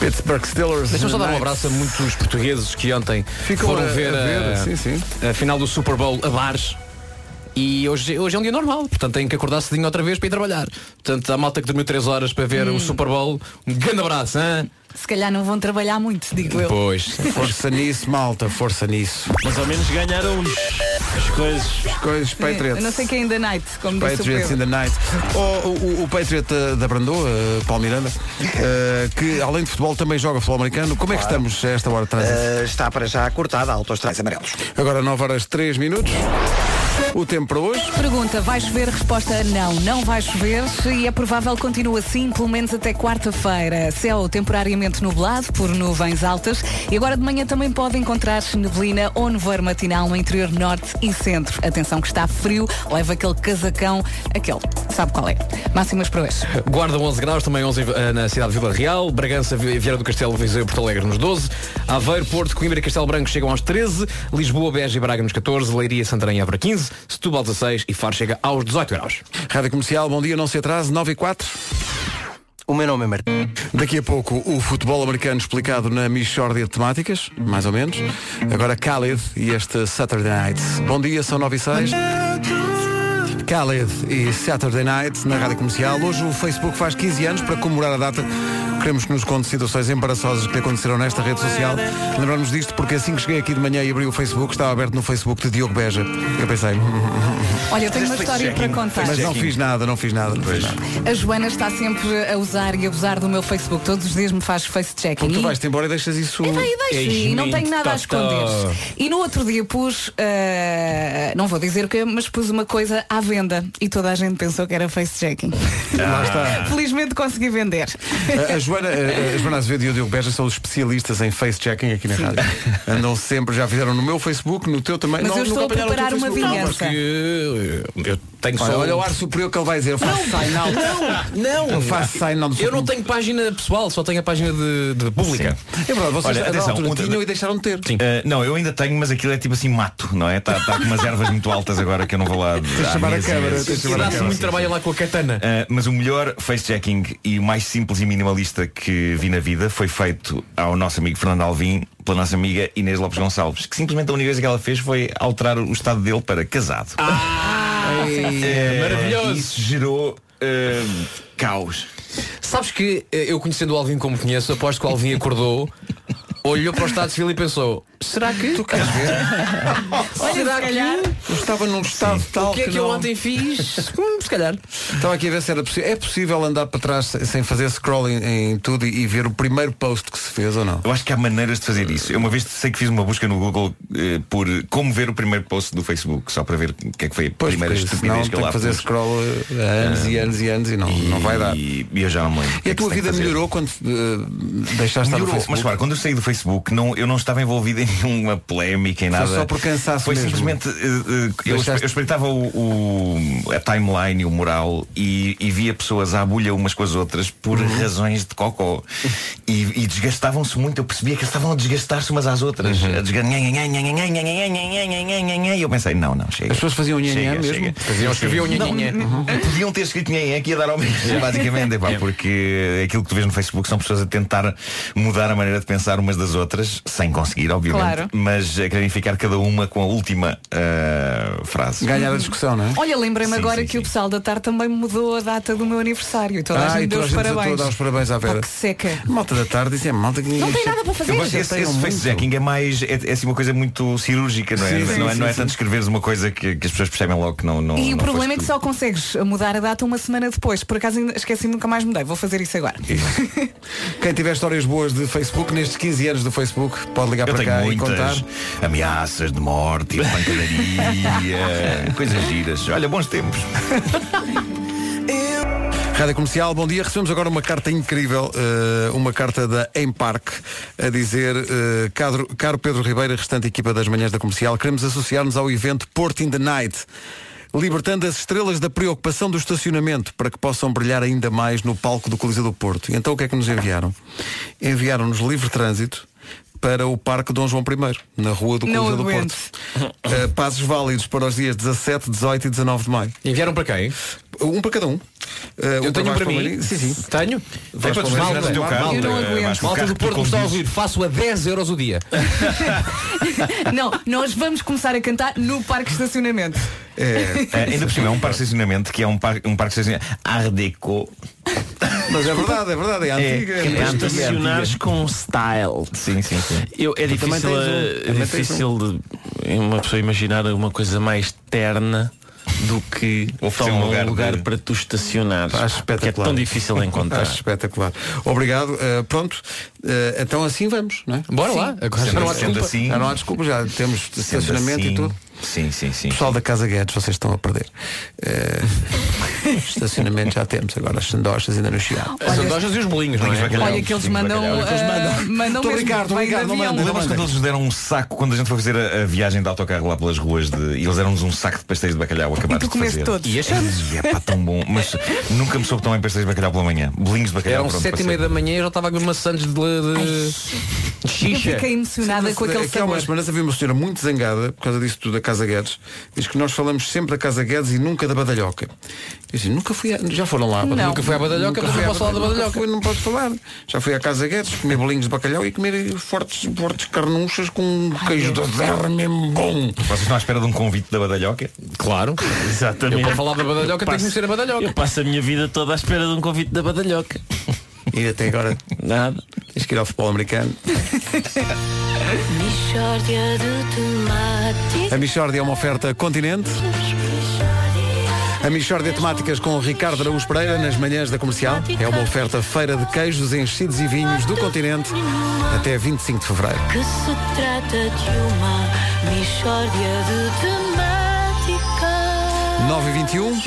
S1: Pittsburgh Steelers.
S6: Deixa-me só dar um abraço a muitos portugueses que ontem
S1: Ficam
S6: foram
S1: a-
S6: ver,
S1: a ver,
S6: a,
S1: sim, sim.
S6: a final do Super Bowl a bares. E hoje, hoje é um dia normal, portanto tenho que acordar cedinho outra vez para ir trabalhar. Portanto, a malta que dormiu 3 horas para ver
S1: Hum.
S6: o Super Bowl, um grande abraço, hein?
S4: Se calhar não vão trabalhar muito, digo eu.
S6: Pois.
S1: Força nisso, malta, força nisso.
S10: Mas ao menos ganharam os, as coisas.
S1: As coisas, Patriots.
S4: Eu não sei quem ainda night, como disse o
S1: Patriots in
S4: Pedro.
S1: the Night. O, o, o Patriot eh, da Brandô, eh, Paulo Miranda, eh, que além de futebol também joga futebol americano. Como é que estamos a esta hora de trânsito?
S3: Eh, está para já cortada a autoestradas amarelos.
S1: Agora 9 horas 3 minutos. O tempo para hoje.
S4: Pergunta, vai chover? Resposta, não, não vai chover e é provável que continue assim pelo menos até quarta-feira. Céu temporariamente nublado por nuvens altas e agora de manhã também pode encontrar-se neblina ou nevoeiro matinal no interior norte e centro. Atenção que está frio, leva aquele casacão, aquele, sabe qual é. Máximas para hoje.
S6: Guarda 11 graus, também 11 em- eh, na cidade de Vila Real, Bragança, Vi- Vieira do Castelo, Viseu e Porto Alegre nos 12, Aveiro, Porto, Coimbra e Castelo Branco chegam aos 13, Lisboa, Beja e Braga nos 14, Leiria, Santarém e Évora 15, Setúbal 16 e Faro chega aos 18 graus.
S1: Rádio Comercial, bom dia, não se atrase, 9 e 4.
S6: O meu nome é Martim.
S1: Daqui a pouco o futebol americano explicado na Michórdia de Temáticas, mais ou menos. Agora Khaled e este Saturday Night. Bom dia, são 9 e 6. Khaled e Saturday Night na Rádio Comercial. Hoje o Facebook faz 15 anos para comemorar a data. Queremos que nos conte situações embaraçosas que aconteceram nesta rede social. Lembramos disto porque assim que cheguei aqui de manhã e abri o Facebook, estava aberto no Facebook de Diogo Beja. Eu pensei, "Hum,
S4: Olha, eu tenho uma história para contar.
S1: mas não fiz nada, não fiz nada. Não fiz nada.
S4: A Joana está sempre a usar e a abusar do meu Facebook. Todos os dias me faz face checking.
S1: Porque
S6: Hum?
S1: tu vais-te embora e deixas isso.
S4: E vai, e deixa, e não tenho
S1: tá,
S4: nada a esconder. E no outro dia pus, eh, não vou dizer o que, mas pus uma coisa à venda e toda a gente pensou que era face checking.
S1: Ah. Lá está.
S4: Felizmente consegui vender.
S1: A, a Joana, a, a Joana Azevedo e o Diogo Beja são os especialistas em face-checking aqui na rádio. Andam sempre, já fizeram no meu Facebook, no teu também.
S4: Mas eu estou a
S1: apanharam o teu
S4: preparar uma
S1: Facebook.
S4: vingança.
S1: Não,
S6: porque eu tenho
S1: Olha,
S6: só...
S13: um.
S1: olha o ar superior que ele vai dizer. Eu faço sign-out.
S6: Não,
S1: Eu faço sign-out do
S6: Eu não tenho página pessoal, só tenho a página de, de pública.
S1: É verdade, vocês
S13: Olha,
S1: a
S13: atenção,
S1: altura
S13: um-
S1: tinham e deixaram de ter.
S13: Ah, não, eu ainda tenho, mas aquilo é tipo assim mato, não é? Está tá com umas ervas muito altas agora que eu não vou lá.
S1: de chamar a câmara, tens de chamar a
S6: Dá-se muito trabalho lá com a katana.
S13: Uh, mas o melhor face-checking e o mais simples e minimalista que vi na vida foi feito ao nosso amigo Fernando Alvim pela nossa amiga Inês Lopes Gonçalves, que simplesmente a única coisa que ela fez foi alterar o estado dele para casado. Eh,
S6: Ah! É maravilhoso.
S13: Isso gerou uh, caos.
S6: Sabes que eh, eu conhecendo o Alvin como conheço, aposto que o Alvin acordou olhou para o Estado Civil e pensou, será que? Tu queres ver? será que eu estava num estado tal
S1: O que é que, eu ontem
S6: fiz? Hum, se calhar.
S1: Estava aqui a ver se era possível. É possível andar para trás se- sem fazer scroll em, em tudo e, e ver o primeiro post que se fez ou não?
S13: Eu acho que há maneiras de fazer isso. Eu uma vez sei que fiz uma busca no Google eh, por como ver o primeiro post do Facebook, só para ver o que é que foi a primeira
S1: porque senão
S13: estupidez que eu
S1: tem que
S13: lá
S1: fazer
S13: pus. Ah,
S1: scroll eh, anos e anos e anos e não, não vai dar.
S13: E eu já não me lembro. o
S1: E
S13: que é
S1: a
S13: que
S1: tua
S13: se tem que
S1: vida
S13: fazer.
S1: melhorou quando eh, deixaste estar no
S13: Melhorou,
S1: Facebook?
S13: mas claro, quando eu saí do Facebook, não, eu não estava envolvido em nenhuma polémica, em
S1: Foi
S13: nada.
S1: só por cansaço
S13: É. Foi
S1: mesmo.
S13: simplesmente. eh, eh, eu,
S1: Deixaste-
S13: eu espreitava o, o- a timeline e o moral e, e via pessoas à bulha umas com as outras por
S1: Uhum.
S13: razões de cocó. E, e desgastavam-se muito. Eu percebia que elas estavam a desgastar-se umas às outras.
S1: Uhum.
S13: A desga- nhan, nhan, nhan, nhan, nhan, nhan, nhan, nhan, nhan, nhan, nhan, nhan. E eu pensei, não, não, chega.
S1: As pessoas faziam nhan,
S13: Chega,
S1: nhan um mesmo?
S13: chega.
S1: Faziam, um escreviam nhan,
S13: Não,
S1: nhan.
S13: Podiam ter escrito nhan, que ia dar ao mesmo, basicamente. Epá,
S1: É.
S13: Porque aquilo que tu vês no Facebook são pessoas a tentar mudar a maneira de pensar umas das outras, sem conseguir, obviamente,
S4: Claro.
S13: mas a querem ficar cada uma com a última ah, frase.
S1: Ganhar a discussão, não é?
S4: Olha, lembrei-me
S13: Sim,
S4: agora
S13: sim,
S4: que o pessoal da TAR também mudou a data do meu aniversário. E toda a
S1: Ah,
S4: gente
S1: e
S4: deu
S1: toda a
S4: os
S1: gente
S4: parabéns.
S1: toda a dar os parabéns à Vera.
S4: Pá, que seca.
S1: Malta da tarde, isso é malta que
S4: Não tem nada para fazer.
S13: Eu gosto desse, esse fact-checking é mais é, é assim uma coisa muito cirúrgica, não é?
S1: Sim,
S13: não,
S1: sim,
S13: é, não é
S1: sim,
S13: tanto escreveres uma coisa que, que as pessoas percebem logo que não não.
S4: e o
S13: não
S4: problema é
S13: foste
S4: que
S13: tu.
S4: só consegues mudar a data uma semana depois. Por acaso ainda esqueci nunca mais mudei. Vou fazer isso agora.
S1: Quem tiver histórias boas de Facebook, nestes 15 anos do Facebook, pode ligar
S13: Eu
S1: para
S13: tenho
S1: cá e
S13: muitas
S1: contar.
S13: ameaças de morte, pancadaria, coisas giras. Olha, bons tempos.
S1: Rádio Comercial, bom dia. Recebemos agora uma carta incrível, eh, uma carta da Emparque, a dizer, eh, caro, caro Pedro Ribeiro, restante equipa das manhãs da Comercial, queremos associar-nos ao evento Port in the Night, libertando as estrelas da preocupação do estacionamento para que possam brilhar ainda mais no palco do Coliseu do Porto. Então o que é que nos enviaram? Enviaram-nos livre trânsito para o Parque Dom João I, na rua do
S4: Não
S1: Coliseu do
S4: aguento.
S1: Porto. Eh, passos válidos para os dias 17, 18 e 19 de maio.
S6: Enviaram para quem?
S1: Um para cada um. Eh,
S6: Eu
S1: um
S6: tenho um
S1: Vasco
S6: para mim.
S1: Palmeirinho. Sim, sim.
S6: Tenho.
S1: Vasco
S6: Tem
S1: Palmeirinho,
S6: malta,
S1: no teu carro,
S6: malta,
S1: Eu não aguento.
S6: Vasco,
S1: Malta
S6: malta
S1: do
S6: do
S1: Porto
S6: Porto me está a ouvir. Faço a 10 euros o dia.
S4: não, nós vamos começar a cantar no parque de estacionamento.
S13: É, ainda por cima, é um parque de estacionamento que é um parque, um parque de estacionamento Art Deco.
S1: Mas é verdade, é verdade, é antiga.
S13: É, é antiga,
S10: Estacionares
S13: antiga.
S10: com style.
S13: Sim, sim, sim.
S10: Eu, é
S13: Tu também
S10: difícil,
S13: tens um,
S10: eh, é
S13: também tens
S10: difícil de uma pessoa imaginar uma coisa mais terna do que
S1: Oferecer
S10: só
S1: um
S10: um
S1: lugar
S10: lugar,
S1: de-
S10: para tu estacionares. Porque é tão difícil de encontrar.
S13: tá.
S1: Acho Ah, espetacular. Obrigado. eh, pronto. Eh, então assim vamos, não é?
S6: Bora lá. Agora já não há
S1: Sendo
S6: desculpa.
S1: assim- já não há desculpa, já temos estacionamento
S13: assim.
S1: e tudo.
S13: Sim, sim, sim.
S1: Pessoal da Casa Guedes, vocês estão a perder. Eh, estacionamento já temos, agora as sandochas ainda não chegaram.
S6: As sandochas e os bolinhos, não é?
S4: Olha que eles mandam. ah, mandam
S1: Estou a
S4: mesmo,
S1: brincar, estou a
S4: vem de
S1: brincar, não
S4: avião.
S1: mandem, não
S13: Lembras quando eles nos deram um saco quando a gente foi fazer a, a viagem de autocarro lá pelas ruas de, e eles deram-nos um saco de pastéis de bacalhau acabados
S4: tu
S13: de
S4: comeste
S13: fazer.
S4: todos.
S13: E achamos. é pá, tão bom. Mas nunca me soube tão bem pastéis de bacalhau pela manhã. Bolinhos de bacalhau.
S6: Eram
S13: pronto,
S6: 7 e
S13: passei.
S6: meia da manhã e eu já estava com os maçãs de, de... de
S4: Eu
S6: xixa.
S4: fiquei emocionada com aquele
S1: Aqui há
S4: sabor.
S1: umas semanas havia uma senhora muito zangada por causa disso tudo da Casa Guedes. Diz que nós falamos sempre da Casa Guedes e nunca da Badalhoca. Eu disse, nunca fui a... Já foram lá.
S6: Não. Nunca fui à Badalhoca, mas
S1: fui
S6: eu
S1: à
S6: posso falar da
S1: Nunca
S6: Badalhoca.
S1: fui, não posso falar. Já fui à Casa Guedes comer bolinhos de bacalhau e comer fortes, fortes carnunchas com um queijo da terra mesmo bom.
S13: Vocês estão à espera de um convite da Badalhoca?
S6: Claro.
S10: Exatamente.
S6: Eu, para falar da badalhoca, tenho que
S10: passo-
S6: conhecer a badalhoca.
S10: Eu passo a minha vida toda à espera de um convite da badalhoca.
S1: E até agora?
S10: Nada.
S1: Tens que ir ao futebol americano.
S7: Mixórdia de temáticas.
S1: A Michórdia é uma oferta continente. A Michórdia Temáticas com o Ricardo Araújo Pereira nas manhãs da comercial. É uma oferta feira de queijos, enchidos e vinhos do continente até 25 de fevereiro.
S7: Que se trata de uma mixórdia de temáticas.
S1: 9 e 21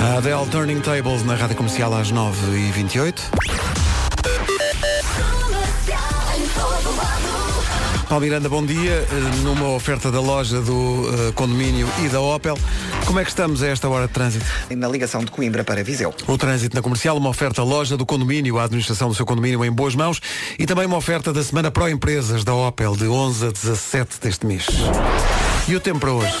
S1: A Adele Turning Tables na rádio comercial às 9 e 28 Paulo Miranda, bom dia. Eh, Numa oferta da loja do eh, condomínio e da Opel, como é que estamos a esta hora de trânsito?
S3: Na ligação de Coimbra para Viseu.
S1: O trânsito na comercial, uma oferta loja do condomínio, a administração do seu condomínio em boas mãos e também uma oferta da Semana Pro Empresas da Opel de 11 a 17 deste mês. E o tempo para hoje?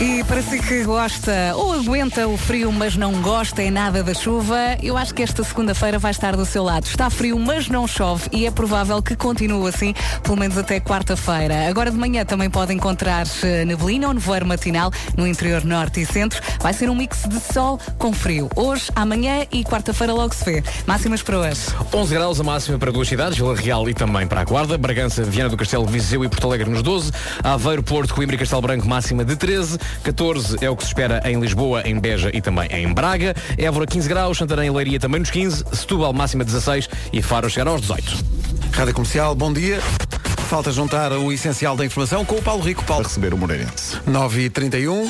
S4: E para si que gosta ou aguenta o frio, mas não gosta em nada da chuva, eu acho que esta segunda-feira vai estar do seu lado. Está frio, mas não chove e é provável que continue assim, pelo menos até quarta-feira. Agora de manhã também pode encontrar eh, neblina ou nevoeiro matinal no interior norte e centro. Vai ser um mix de sol com frio. Hoje, amanhã e quarta-feira logo se vê. Máximas para hoje.
S6: 11 graus a máxima para duas cidades, Vila Real e também para a Guarda, Bragança, Viana do Castelo, Viseu e Porto Alegre nos 12, Aveiro, Porto, Coimbra e Castelo Branco máxima de 13, 14 é o que se espera em Lisboa, em Beja e também em Braga, Évora 15 graus, Santarém e Leiria também nos 15, Setúbal máxima 16 e Faro chegar aos 18.
S1: Rádio Comercial, bom dia. Falta juntar o essencial da informação com o Paulo Rico. Paulo.
S2: receber o Moreirense.
S1: 9 e 31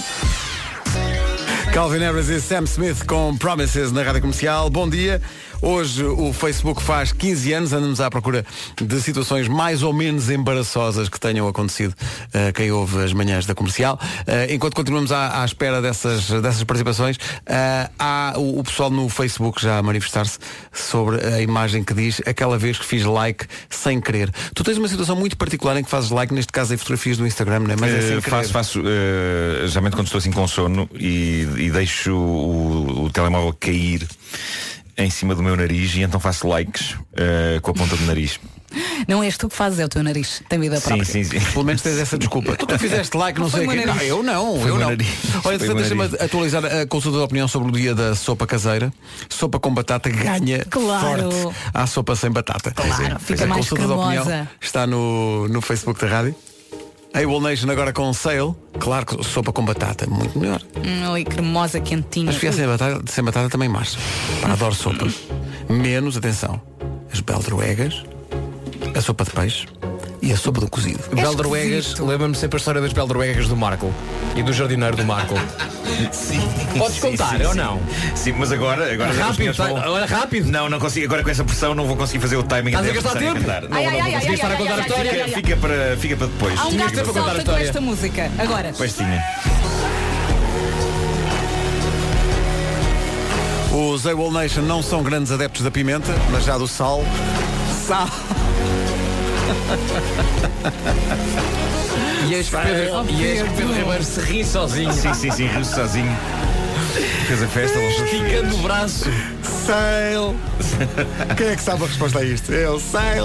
S1: Calvin Harris e Sam Smith com Promises na Rádio Comercial. Bom dia. Hoje o Facebook faz 15 anos. Andamos à procura de situações mais ou menos embaraçosas que tenham acontecido a quem ouve as manhãs da Comercial. Eh, enquanto continuamos à, à espera dessas, dessas participações, eh, há o, o pessoal no Facebook já a manifestar-se sobre a imagem que diz aquela vez que fiz like sem querer. Tu tens uma situação muito particular em que fazes like, neste caso em fotografias do Instagram, não é? Mas é
S13: Eh,
S1: sem querer.
S13: faço, faço eh, geralmente quando estou assim com sono e, e deixo o, o telemóvel cair em cima do meu nariz e então faço likes eh, com a ponta do nariz.
S4: Não és tu que fazes, é o teu nariz. Tem vida própria.
S13: sim, sim.
S1: Pelo menos tens essa desculpa. Tu, tu fizeste like, não
S4: Foi
S1: sei
S4: o
S1: o quê.
S4: meu
S1: Não,
S4: nariz.
S1: eu não,
S13: Foi o
S1: eu
S13: meu
S1: não.
S13: nariz.
S1: Olha,
S13: Foi o meu
S1: deixa-me
S13: nariz.
S1: atualizar a consulta de opinião sobre o dia da sopa caseira. Sopa com batata ganha
S4: Claro.
S1: forte à sopa sem batata.
S4: Claro,
S1: Pois é,
S4: fica
S1: a
S4: mais
S1: consulta de
S4: cremosa.
S1: opinião está no, no Facebook da rádio. A Able Nation agora com sale. Claro que sopa com batata, muito melhor.
S4: Hum, Oi, cremosa, quentinha.
S1: Mas fica sem batata, sem batata também marcha. Pá, adoro sopa. Menos, atenção, as beldroegas, a sopa de peixe e a sopa do cozido.
S13: É
S6: Beldroegas, lembra-me sempre a história das Beldroegas do Marco e do jardineiro do Marco.
S13: Sim.
S6: Podes
S13: Sim,
S6: contar,
S13: sim,
S6: ou
S13: sim.
S6: não?
S13: Sim, mas agora, agora
S6: Rápido,
S13: os senhores
S6: tá- agora rápido.
S13: Não, não consigo. Agora com essa pressão não vou conseguir fazer o timing
S6: Estás a
S13: até eles
S6: gastar
S13: começarem
S6: tempo?
S13: cantar.
S4: Ai,
S13: não,
S4: ai,
S13: não
S4: ai,
S13: consigo.
S4: ai,
S13: Fica-
S4: ai, ai, ai, ai, ai, ai.
S13: Fica, fica para fica para depois.
S4: Há um
S13: Fica
S4: gato
S13: para
S4: que
S13: contar a
S4: salta com
S13: história.
S4: esta música. Agora.
S13: Pois tinha.
S1: Os Able Nation não são grandes adeptos da pimenta, mas já do sal. Sal!
S6: E eis que
S1: Oh,
S6: Pedro, e eis que Pedro
S1: Pedro.
S6: Ribeiro se ri sozinho.
S13: Sim, sim, sim, riu sozinho. Fez a festa, logo
S6: Esticando o braço.
S1: Sale! Quem é que sabe a resposta a isto? É o Sale!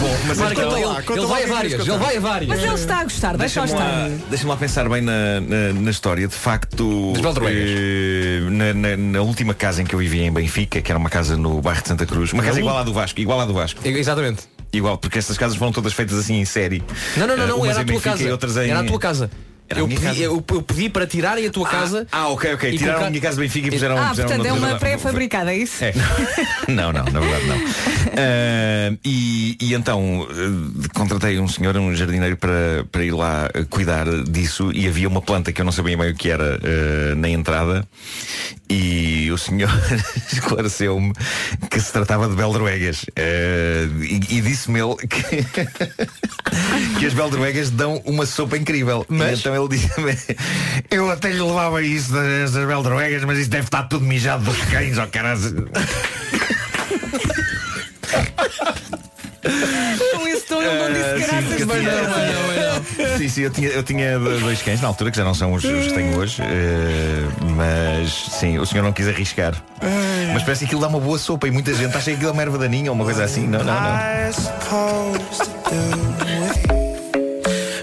S13: Bom, mas
S6: Marco,
S13: então-
S6: ele-
S1: é
S6: ele vai a várias, é ele vai a várias.
S4: Mas ele está a gostar, deixa-o
S13: Deixa-me
S4: estar.
S13: lá, deixa lá pensar bem na, na, na história. De facto, eh, na, na- na última casa em que eu vivia em Benfica, que era uma casa no bairro de Santa Cruz, uma
S6: Na
S13: casa
S6: u-
S13: igual à do Vasco, igual à do Vasco.
S6: Exatamente.
S13: Igual, porque estas casas foram todas feitas assim em série.
S6: Não, não, não,
S13: Eh,
S6: não
S13: umas
S6: era
S13: em
S6: a tua
S13: Benfica
S6: casa.
S13: e outras em-
S6: Era a tua casa.
S13: Era a
S6: eu,
S13: minha
S6: pedi,
S13: casa.
S6: Eu, eu pedi para tirarem a tua casa.
S13: Ah, ok, ok.
S6: e
S13: Tiraram
S6: colocar-
S13: a minha casa de Benfica e um- puseram
S4: Ah,
S13: puseram
S4: portanto, é uma
S13: outra-
S4: pré-fabricada, é isso?
S13: Não, não, na verdade não. Ah, e, e então eh, contratei um senhor, um jardineiro, para, para ir lá eh, cuidar disso e havia uma planta que eu não sabia bem o que era eh, na entrada e o senhor esclareceu-me que se tratava de beldroegas Eh, e, e disse-me ele que, que as beldroegas dão uma sopa incrível. Mas... então ele disse-me eu até lhe levava isso das, das beldroegas, mas isso deve estar tudo mijado dos cães, ó caralho.
S4: Com esse tom ele não disse graças
S13: sim,
S4: mas
S13: sim,
S4: não.
S13: Sim, sim, eu tinha, eu tinha do- dois cães na altura, que já não são os, os que tenho hoje. eh, mas sim, o senhor não quis arriscar.
S3: Ah.
S13: Mas parece que aquilo dá uma boa sopa e muita gente acha que aquilo é uma erva daninha ou uma coisa assim. Não, não, não.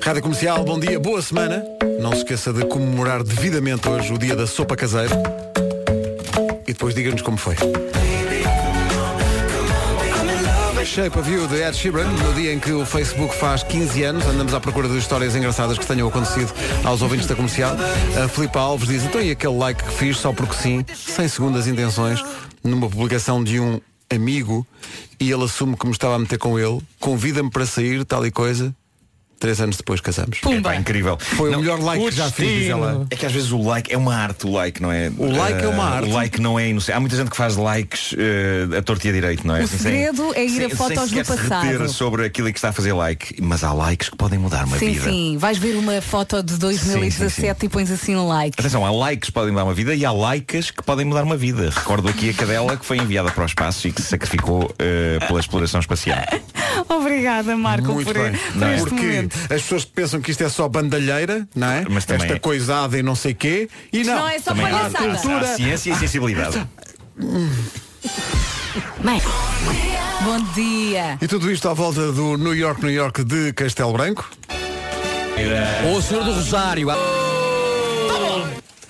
S1: Rádio Comercial, bom dia, boa semana. Não se esqueça de comemorar devidamente hoje o dia da sopa caseira. E depois diga-nos como foi. Shape of You de Ed Sheeran, no dia em que o Facebook faz 15 anos, andamos à procura de histórias engraçadas que tenham acontecido aos ouvintes da comercial. A Filipe Alves diz: Então, e aquele like que fiz só porque sim, sem segundas intenções, numa publicação de um amigo, e ele assume que me estava a meter com ele, convida-me para sair, tal e coisa. Três anos depois casamos.
S13: É pá, incrível.
S1: Foi o melhor like que já fiz, diz ela.
S13: É que às vezes o like é uma arte, o like, não é?
S1: O like é uma
S13: Eh,
S1: arte.
S13: O like não é inocente. Há muita gente que faz likes eh, a torta e a direito, não é?
S4: O
S13: Assim, sem-
S4: segredo é ir a
S13: sem
S4: fotos do
S13: sequer se
S4: passado.
S13: reter sobre aquilo em que está a fazer like. Mas há likes que podem mudar uma
S4: Sim,
S13: vida.
S4: sim. Vais ver uma foto de 2017
S13: Sim, sim,
S4: e pões assim um like.
S13: Atenção, há likes que podem mudar uma vida e há likes que podem mudar uma vida. Recordo aqui a cadela que foi enviada para o espaço e que se sacrificou eh, pela exploração espacial.
S4: Obrigada, Marco,
S13: Muito
S4: por,
S13: bem.
S4: por
S13: Não é?
S4: este
S13: Porque
S4: momento.
S1: as pessoas que pensam que isto é só bandalheira, não é?
S13: Mas também
S1: Esta
S13: é.
S1: coisada e não sei quê. E não,
S13: Não, é só Também há
S1: há
S13: palhaçada.
S1: cultura.
S13: Há ciência e sensibilidade.
S4: Mãe. Bom dia.
S1: E tudo isto à volta do New York, New York de Castelo Branco. é
S6: Ou o Senhor do Rosário.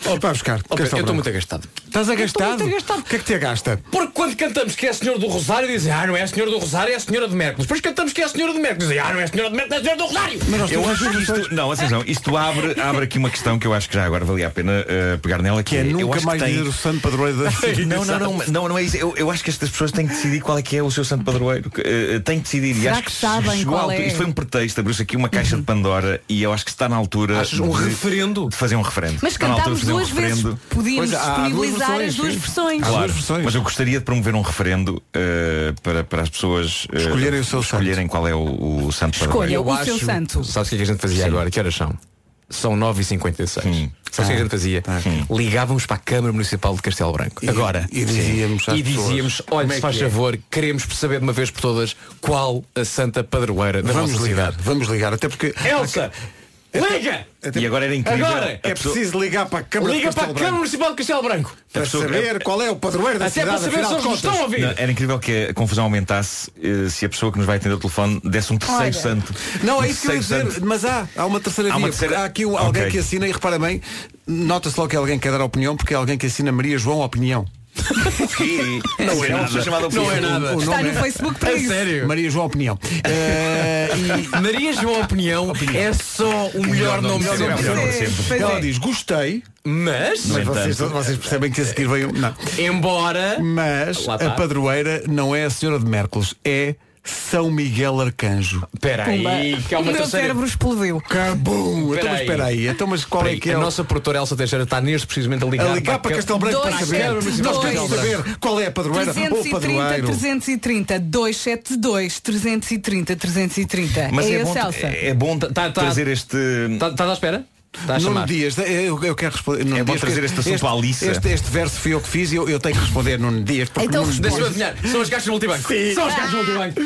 S1: Oh, para buscar.
S6: Oh, Pedro,
S1: Castelo
S6: eu estou
S1: Branco.
S6: muito agastado.
S1: Estás agastado? O que é que te agasta?
S6: Porque quando cantamos que é Senhor do Rosário, dizem, ah, não é a Senhora do Rosário, é a Senhora de Mércules. Depois cantamos que é a Senhora de Mércules, dizem, ah, não é a Senhora de Mércules, é a Senhora do Rosário.
S13: Eu acho que isto, não, atenção, isto abre, abre aqui uma questão que eu acho que já agora valia a pena eh, pegar nela, que,
S1: Que é
S13: eu
S1: nunca
S13: acho
S1: mais
S13: que tem...
S1: dizer o santo padroeiro da
S13: não, não, não, não, não é isso. Eu, eu acho que estas pessoas têm que decidir qual é que é o seu santo padroeiro. Que, eh, têm que decidir. e
S4: Será
S13: acho
S4: que sabem
S13: chegou à
S4: qual
S13: altura-
S4: é?
S13: Isto foi um pretexto, abriu-se aqui uma caixa de Pandora e eu acho que está na altura.
S6: Achas um
S13: referendo? De fazer um referendo.
S4: Mas
S13: Está na altura
S4: cantámos
S13: de fazer um
S4: duas vezes.
S13: referendo.
S4: Podíamos
S13: Pois, há- há duas
S4: disponibilizar as duas versões.
S13: Claro, mas é eu gostaria de promover um referendo eh, para, para as pessoas eh,
S1: Escolherem o seu
S13: escolherem qual é o, o santo
S4: Escolha
S13: padroeiro.
S4: o seu santo.
S6: Sabes o que é que a gente fazia agora? Que horas são? São 9h56. Sabes o que é que a gente fazia? Ligávamos para a Câmara Municipal de Castelo Branco. agora.
S1: Tá. e dizíamos às
S6: E dizíamos,
S1: pessoas,
S6: olha,
S1: como é
S6: se faz
S1: que é?"
S6: favor, queremos perceber de uma vez por todas qual a santa padroeira da
S1: Vamos
S6: nossa
S1: ligar,
S6: cidade.
S1: vamos ligar, até porque.
S6: É, Elsa! Liga!
S13: E agora era incrível.
S6: Agora!
S13: a
S1: É
S13: pessoa-
S1: preciso ligar para a Câmara
S6: Liga
S1: de
S6: para a
S1: Castelo
S6: Câmara
S1: Branco
S6: Municipal de Castelo Branco.
S1: para
S13: pessoa-
S1: saber qual é o padroeiro da
S6: Até
S1: cidade.
S6: para saber
S1: afinal
S6: se
S1: de
S6: eles nos
S1: contas.
S6: estão a ouvir.
S13: Não, era incrível que a confusão aumentasse eh, se a pessoa que nos vai atender o telefone desse um terceiro
S1: Olha.
S13: santo.
S1: Não,
S13: Um
S1: é isso que eu ia
S13: terceiro
S1: dizer,
S13: santo.
S1: mas há, há uma terceira
S13: Há
S1: via.
S13: uma
S1: porque
S13: terceira-
S1: Há aqui um- alguém
S13: Ok.
S1: que assina e repara bem, nota-se logo que é alguém que quer dar opinião, porque é alguém que assina Maria João Opinião.
S13: Não é nada.
S6: Não é nada.
S1: O
S4: Está
S1: nome
S4: no
S1: é-
S4: Facebook para
S6: A
S4: isso.
S6: sério?
S1: Maria João Opinião. Eh,
S6: Maria João Opinião é só o melhor nome
S1: Melhor nome
S6: de sempre.
S1: sempre.
S4: Pois
S1: Ela
S4: é.
S1: diz, gostei,
S6: Mas,
S1: mas vocês, vocês percebem que a seguir veio. Não.
S6: embora.
S1: Mas
S6: Lá
S1: a
S6: está.
S1: padroeira não é a Senhora de Mércules, é São Miguel Arcanjo.
S6: Espera aí, que há
S4: O
S6: uma
S4: meu
S6: terceira.
S4: cérebro explodeu.
S1: Cabum! Então, mas
S6: Peraí.
S1: espera aí, então, mas qual é que é?
S6: a
S1: o-
S6: nossa produtora Elsa Teixeira está neste precisamente a ligar,
S1: A ligar para
S6: a
S1: Castelo Branco para
S4: Dois,
S1: saber.
S4: sete,
S1: Nós
S4: dois.
S1: queremos saber qual é a padroeira ou o
S4: 330,
S1: padroeiro.
S4: 330, 272, 330, 330.
S13: Mas
S4: é
S13: é,
S4: esse,
S13: bom,
S4: Elsa.
S13: é é bom
S6: Tá- tá-
S13: trazer este.
S6: Estás à espera? Está a
S1: Nuno
S6: chamar.
S1: Dias, eu, eu quero responder. Nuno
S13: É bom
S1: Dias,
S13: trazer
S1: que
S13: este assunto à Alice.
S1: Este, este verso fui eu que fiz e eu, eu tenho que responder Nuno Dias. porque
S4: Então
S1: Nuno
S6: Deixa-me
S1: Dias-
S6: adivinhar. São os gajos do multibanco.
S1: Sim.
S6: São os gajos do multibanco.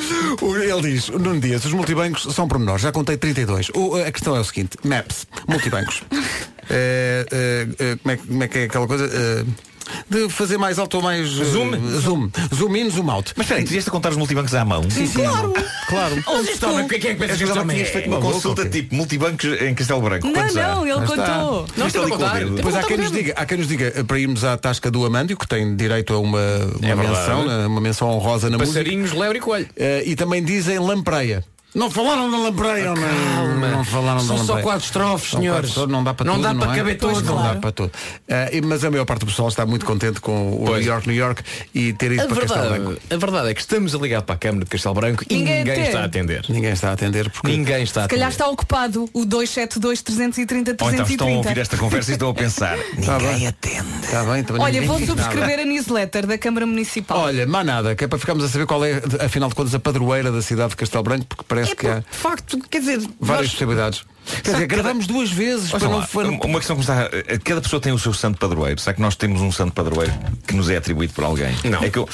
S1: O- Ele diz, Nuno Dias, os multibancos são pormenores, já contei 32. O- a questão é o seguinte, MAPS, multibancos. Eh, eh, eh, como, é, que- como é que é aquela coisa? Eh, de fazer mais alto ou mais. eh,
S6: Zoom?
S1: Zoom. Zoom in, zoom out.
S13: Mas espera aí, tu ias contar os multibancos à mão. Sim,
S1: Claro! Claro.
S6: Mas isto homem, porque é que pensas que este homem é?
S13: Uma consulta tipo multibancos em Castelo Branco.
S4: Não,
S13: Quantos há?
S4: não, ele contou.
S13: Não
S6: tem
S13: estou ali
S6: que
S13: com o
S6: contar.
S13: dedo.
S1: Pois há quem, nos diga, há quem nos diga eh, para irmos à tasca do Amândio, que tem direito a uma, uma
S13: É verdade.
S1: menção, eh, uma menção honrosa na música.
S6: Passarinhos, Léo e Coelho.
S1: Eh, e também dizem lampreia. Não falaram da lampreia, não,
S6: Ah, Calma.
S1: não falaram da
S6: São só
S1: lampreia.
S6: quatro estrofes,
S1: São
S6: senhores.
S1: quatro estrofes, não dá para
S6: Não
S1: tudo,
S6: dá
S1: não
S6: para
S1: é?
S6: caber
S1: Pois,
S6: tudo,
S1: Não
S6: claro.
S1: dá para tudo. Eh, e- mas a maior parte do pessoal está muito contente com o
S6: Pois.
S1: New York, New York e ter ido
S6: A
S1: para Castelo Branco.
S6: verdade, a verdade é que estamos a ligar para a Câmara de Castelo Branco e
S4: Ninguém
S6: ninguém,
S4: atende.
S6: está a atender.
S1: Ninguém está a atender porque
S6: Ninguém está a
S4: Se calhar
S6: atender.
S4: está ocupado o 272, 330,
S13: Ou então estão a ouvir
S4: 330.
S13: esta conversa e estão a pensar.
S1: Tá
S13: Ninguém
S1: bem.
S13: atende.
S1: está bem. também
S4: Olha,
S1: ninguém
S4: vou
S1: diz nada.
S4: subscrever a newsletter da Câmara Municipal.
S1: Olha, má nada, que é para ficarmos a saber qual é, de- afinal de contas, a padroeira da cidade de Castelo Branco, porque parece que há
S6: É de facto, quer dizer,
S1: várias possibilidades. Quer dizer,
S13: cada-
S1: gravamos duas vezes para
S13: Ouçam
S1: não
S13: lá,
S1: for-
S13: Uma questão que me está. eh, Cada pessoa tem o seu santo padroeiro. Será que nós temos um santo padroeiro que nos é atribuído por alguém?
S6: Não.
S13: É que eu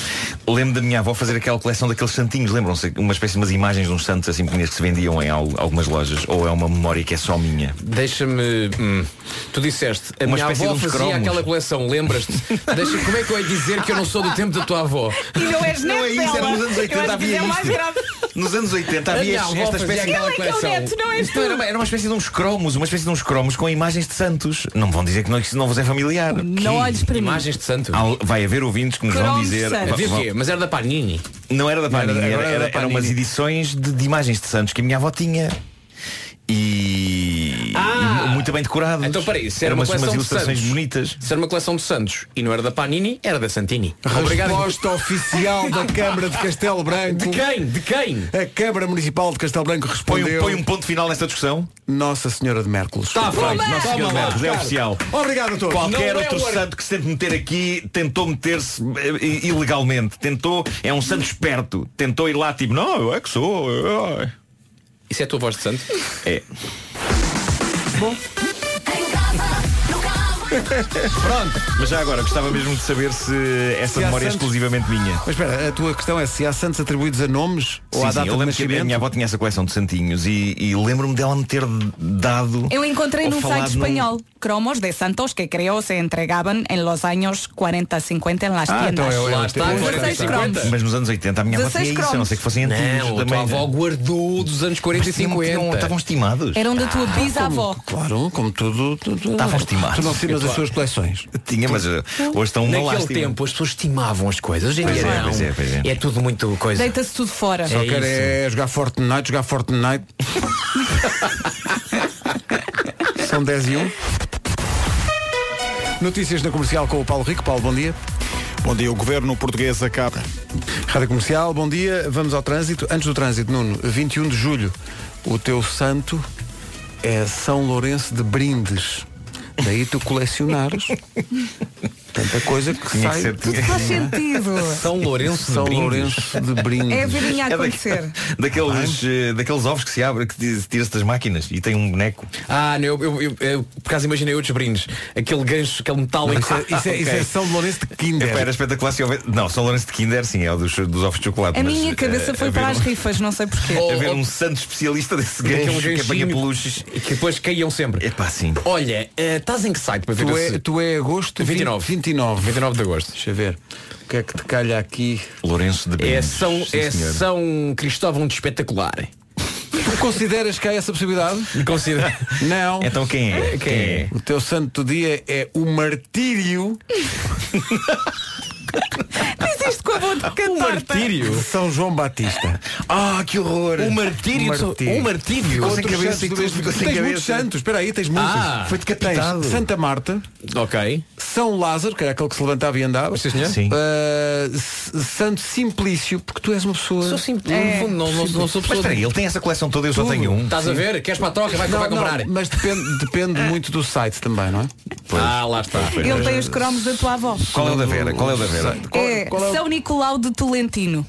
S13: lembro da minha avó fazer aquela coleção daqueles santinhos, lembram-se? Uma espécie de umas imagens de uns santos assim pequeninas que se vendiam em al- algumas lojas. Ou é uma memória que é só minha.
S6: Deixa-me. hum, tu disseste, a
S13: Uma
S6: minha
S13: espécie
S6: avó
S13: de uns
S6: fazia
S13: cromos.
S6: aquela coleção, lembras-te? Deixa, como é que eu ia dizer que eu não sou do tempo da tua avó?
S4: E não és neto
S13: Não é isso, era
S4: dela.
S13: nos anos
S4: Eu
S13: 80
S4: acho que
S13: havia
S4: é o mais
S13: isto.
S4: grave.
S13: Nos anos 80 havia
S6: A minha avó
S13: esta
S6: fazia
S13: espécie de
S6: aquela
S4: Ele é que é o
S6: coleção.
S4: neto, não és
S13: Isto era, uma, era uma espécie de uns cromos, uma espécie de uns cromos com imagens de santos. Não me vão dizer que não, que isso não vos é familiar.
S4: Não olhes para mim.
S6: Imagens de santo.
S13: Há- Vai haver ouvintes que nos vão
S4: Cromos de
S13: dizer.
S4: santos.
S13: va-
S6: Havia o
S13: va-
S6: quê? Mas era da Panini.
S13: Não era da Panini,
S6: Não
S13: era,
S6: era- agora
S13: era,
S6: era da
S13: eram
S6: Panini.
S13: umas edições de, de imagens de Santos que a minha avó tinha. E
S6: Ah!
S13: e mu- muito bem decoradas.
S6: Então peraí, se era uma
S13: umas,
S6: coleção
S13: umas
S6: de
S13: ilustrações
S6: Santos.
S13: bonitas.
S6: Se era uma coleção de Santos e não era da Panini, era da Santini. Obrigado.
S1: Resposta oficial da Câmara de Castelo Branco.
S6: De quem? De quem?
S1: A Câmara Municipal de Castelo Branco
S13: Põe, um-
S1: respondeu
S13: põe um ponto final nesta discussão.
S1: Nossa Senhora de Mércules.
S6: Tá feito.
S13: Nossa
S6: Toma
S13: Senhora
S6: lá,
S13: Mercedes, é
S6: cara.
S13: oficial.
S1: Obrigado a todos.
S13: Qualquer
S6: Não é
S13: outro
S6: o ar-
S13: santo que se tente meter aqui tentou meter-se eh, i- ilegalmente. Tentou, é um santo esperto. Tentou ir lá tipo, não, eu é que sou. eu- É. eu."
S6: Isso é a tua voz de santo?
S13: É.
S7: Em casa, no carro,
S13: Pronto. Mas já agora, gostava mesmo de saber se essa
S1: Se há
S13: memória é
S1: Santos-
S13: exclusivamente minha.
S1: Mas espera, a tua questão é se há santos atribuídos a nomes ou
S13: sim,
S1: à
S13: sim,
S1: data de
S13: eu lembro que a
S1: nascimento?
S13: minha avó tinha essa coleção de santinhos e, e lembro-me dela me ter dado.
S14: Eu encontrei
S13: ou
S14: num
S13: falado
S14: site espanhol cromos de santos que creo se entregaban en los años 40-50 en las
S13: Ah, então
S14: tiendas.
S13: é
S4: é
S13: Mas nos anos 80 a minha avó tinha
S14: 16
S13: isso, a não ser que fossem
S6: Não,
S13: antigos
S6: a tua
S13: também.
S6: avó guardou dos anos 40 e 50.
S13: Estavam estimados.
S14: Eram da tua
S13: como-
S14: bisavó.
S1: Claro, como tudo.
S13: Estavam estimados.
S1: Tu não tinhas as suas
S13: coleções? Tinha, mas uh, hoje estão uma
S6: Naquele
S13: lástima.
S6: tempo as pessoas estimavam as coisas. Hoje em
S13: Pois
S6: dia
S13: é,
S6: não.
S13: pois é, pois é.
S6: tudo muito coisa.
S14: Deita-se tudo fora.
S1: Só quero é jogar Fortnite, jogar Fortnite. São 10 e 1.
S2: Notícias na comercial com o Paulo Rico. Paulo, bom dia. Bom dia. O governo português acaba.
S1: Rádio Comercial, bom dia. Vamos ao trânsito. Antes do trânsito, Nuno, 21 de julho, o teu santo é São Lourenço de Brindes. Daí tu colecionares tanta coisa que
S13: Tinha que
S1: sai.
S13: ser- Tudo tinha que faz ser.
S14: sentido.
S13: São Lourenço de
S1: São
S13: Brindes.
S1: Lourenço de Brindes.
S14: É a vidinha a
S13: É daqui-
S14: acontecer.
S13: Daqueles, eh, daqueles ovos que se abre, que diz- tira-se das máquinas e tem um boneco.
S6: Ah, não, eu, eu- eu- eu, por acaso imaginei outros brindes. Aquele gancho, aquele metal em que-
S1: é,
S6: Ok.
S1: Lourenço de
S13: Kinder. Era espetacular se houvesse- Não, São Lourenço de Kinder, sim, é o dos, dos ovos de chocolate.
S14: A
S13: mas,
S14: minha
S13: eh,
S14: cabeça foi
S13: haver
S14: para
S13: um-
S14: as rifas, não sei porquê.
S13: Haver um santo especialista desse
S6: Aquele
S13: gancho que apanha
S6: Oh, ganchinho
S13: peluches.
S6: Que depois caíam sempre.
S13: Epá, sim.
S6: Olha, eh, estás em que site para ver
S1: Tu
S6: esse-
S1: é, tu é agosto
S6: 29.
S1: 29.
S6: 29 de agosto.
S1: Deixa eu ver. O que é que te calha aqui?
S13: Lourenço de
S6: É São, é São Cristóvão de Espetacular.
S1: Tu consideras que há essa possibilidade?
S6: Considera.
S1: Não.
S13: Então quem é? Quem é?
S1: O teu santo dia é o martírio.
S14: Diz isto com a boca de cantar.
S1: Um martírio? De São João Batista.
S13: Ah, que horror!
S6: O martírio de São- o martírio? Ficou sem
S1: Outros
S6: cabeça
S1: santos
S6: e
S1: do
S6: tudo,
S1: mesmo-
S6: ficou sem
S1: Tens muitos
S6: cabeça.
S1: santos, espera aí, tens muitos.
S6: Ah,
S1: Foi de que
S6: decapitado.
S1: tens Santa Marta,
S6: Ok.
S1: São Lázaro, que era aquele que se levantava e andava.
S6: senhor. Sim.
S1: Ah, S- Santo Simplício, porque tu és uma pessoa.
S6: Sou simples, no fundo, não- não- não sou pessoa-
S13: Mas espera aí, ele tem essa coleção toda, eu só
S1: Tudo.
S13: tenho um.
S6: Estás a ver? Queres para a troca? Vai,
S1: Não,
S6: vai
S1: não,
S6: comprar.
S1: mas depende, depende muito do site também, não é?
S6: Ah, lá está.
S14: Ele tem os cromos da tua avó.
S13: Qual é o da Vera? Qual é o da Vera?
S14: É São Nicolau de Tolentino.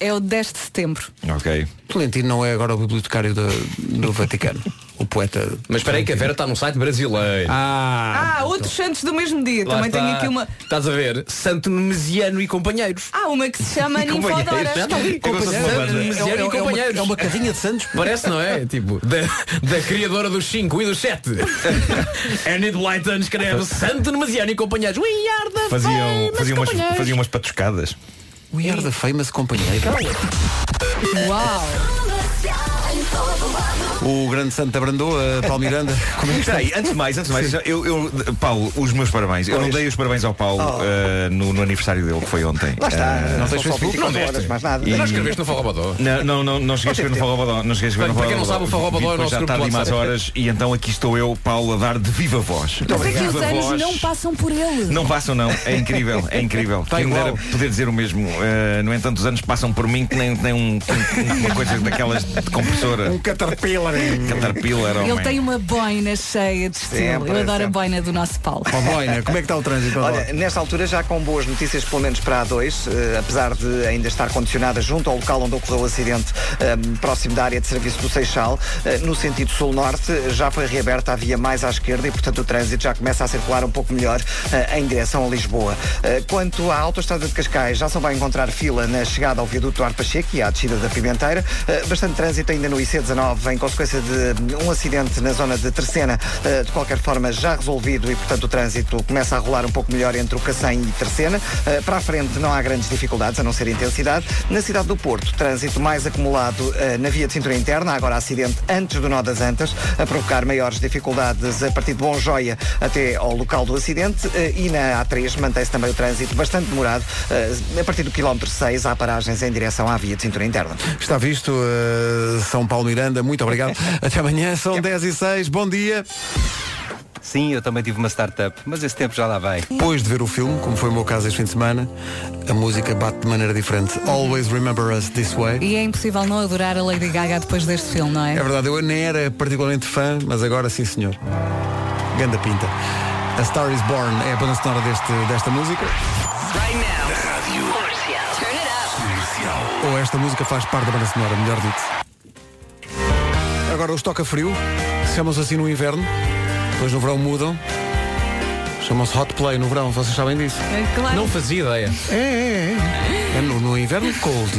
S14: É o 10 de setembro.
S13: Ok.
S1: Tolentino não é agora o bibliotecário do, do Vaticano. O poeta.
S6: Mas espera aí que a Vera está num site brasileiro.
S1: Ah,
S14: Ah, outros santos do mesmo dia.
S6: Lá
S14: Também
S6: está.
S14: tenho aqui uma.
S6: Estás a ver? Santo Nemesiano e companheiros.
S14: Há uma que se chama Ninfodora.
S6: Companheiros, já está ali.
S1: É,
S6: Santo Nemesiano e companheiros.
S1: carrinha de Santos.
S6: Parece, não é? Tipo, da, da criadora dos 5 e dos 7. Annie Blyton escreve Santo Nemesiano e companheiros. We are the
S13: Faziam,
S6: famous
S13: faziam, umas,
S6: companheiros.
S13: faziam umas patuscadas.
S1: We are the famous companheiro.
S14: Uau!
S1: O grande Santa Brandoa, Paulo Miranda. Como é que está?
S13: Espera aí, antes de mais, antes de mais, eu, eu- Paulo, os meus parabéns. Eu não dei os parabéns ao Paulo eh, no, no aniversário dele, que foi ontem.
S3: Lá está.
S13: Eh,
S3: Não tens Facebook?
S13: Não
S3: 24
S13: deste.
S3: horas, mais nada.
S13: E-
S6: Não escreveste no Farrobodó.
S13: Não, não, não, não cheguei a escrever no Farrobodó. Não cheguei a escrever
S6: Bem,
S13: no
S6: para quem não sabe, o Farrobodó é o
S13: Depois
S6: nosso
S13: já
S6: grupo
S13: tarde
S6: de
S13: e mais
S6: WhatsApp.
S13: horas e então aqui estou eu, Paulo, a dar de viva voz.
S14: Mas é que os
S13: Viva
S14: anos
S13: voz.
S14: não passam por ele.
S13: Não passam não, é incrível, é incrível.
S1: Tá
S13: Quem me
S1: igual.
S13: dera poder dizer o mesmo. Eh, no entanto, os anos passam por mim que nem, nem um, um- uma coisa daquelas de compressora. Um
S1: caterpillar.
S13: Caterpillar,
S14: Ele
S13: homem.
S14: tem uma boina cheia de estilo.
S3: Sempre,
S14: Eu adoro a
S3: sempre.
S14: boina do nosso Paulo.
S1: Ó Boina, como é que está o trânsito agora?
S3: Olha, nesta altura já com boas notícias, pelo menos para a dois, eh, apesar de ainda estar condicionada junto ao local onde ocorreu o acidente, eh, próximo da área de serviço do Seixal, eh, no sentido sul-norte, eh, já foi reaberta a via mais à esquerda e, portanto, o trânsito já começa a circular um pouco melhor eh, em direção a Lisboa. Eh, Quanto à autoestrada de Cascais, já só vai encontrar fila na chegada ao viaduto Duarte Pacheco e à descida da Pimenteira. Eh, Bastante trânsito ainda no IC19, em consequência de um acidente na zona de Tercena, eh, de qualquer forma já resolvido e, portanto, o trânsito começa a rolar um pouco melhor entre o Cacém e Tercena. Eh, Para a frente não há grandes dificuldades, a não ser intensidade. Na cidade do Porto, trânsito mais acumulado eh, na via de cintura interna, Há agora acidente antes do Nó das Antas, a provocar maiores dificuldades a partir de Bom Joia até ao local do acidente. Eh, E na A3 mantém-se também o trânsito bastante demorado. Eh, A partir do quilómetro 6 há paragens em direção à via de cintura interna.
S1: Está visto, eh, São Paulo Miranda, muito obrigado. Até amanhã, são 10 e 6, bom dia.
S15: Sim, eu também tive uma startup, mas esse tempo já lá vai.
S1: Depois de ver o filme, como foi o meu caso este fim de semana, a música bate de maneira diferente. Always remember us this way.
S14: E é impossível não adorar a Lady Gaga depois deste filme, não
S1: É
S14: é?
S1: verdade, eu nem era particularmente fã, mas agora sim, senhor. Ganda pinta. A Star is Born é a banda sonora deste, desta música. Ou esta música faz parte da banda sonora, melhor dito. Agora os toca frio, chamam-se assim no inverno, depois no verão mudam. Chamam-se hot play no verão, vocês sabem disso?
S4: claro.
S6: Não fazia ideia.
S1: É, é, é. É no, no inverno cold.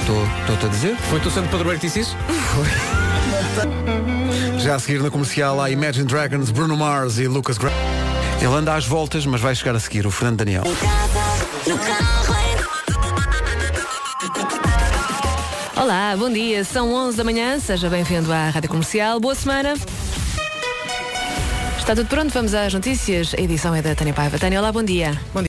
S1: Estou-te a dizer?
S6: Foi tu santo padroeiro que disse isso?
S1: Já a seguir na comercial há Imagine Dragons, Bruno Mars e Lucas Graham. Ele anda às voltas, mas vai chegar a seguir o Fernando Daniel.
S16: Olá, bom dia, são 11 da manhã, seja bem-vindo à Rádio Comercial, boa semana. Está tudo pronto, vamos às notícias. A edição é da Tânia Paiva. Tânia, olá, bom dia. Bom dia.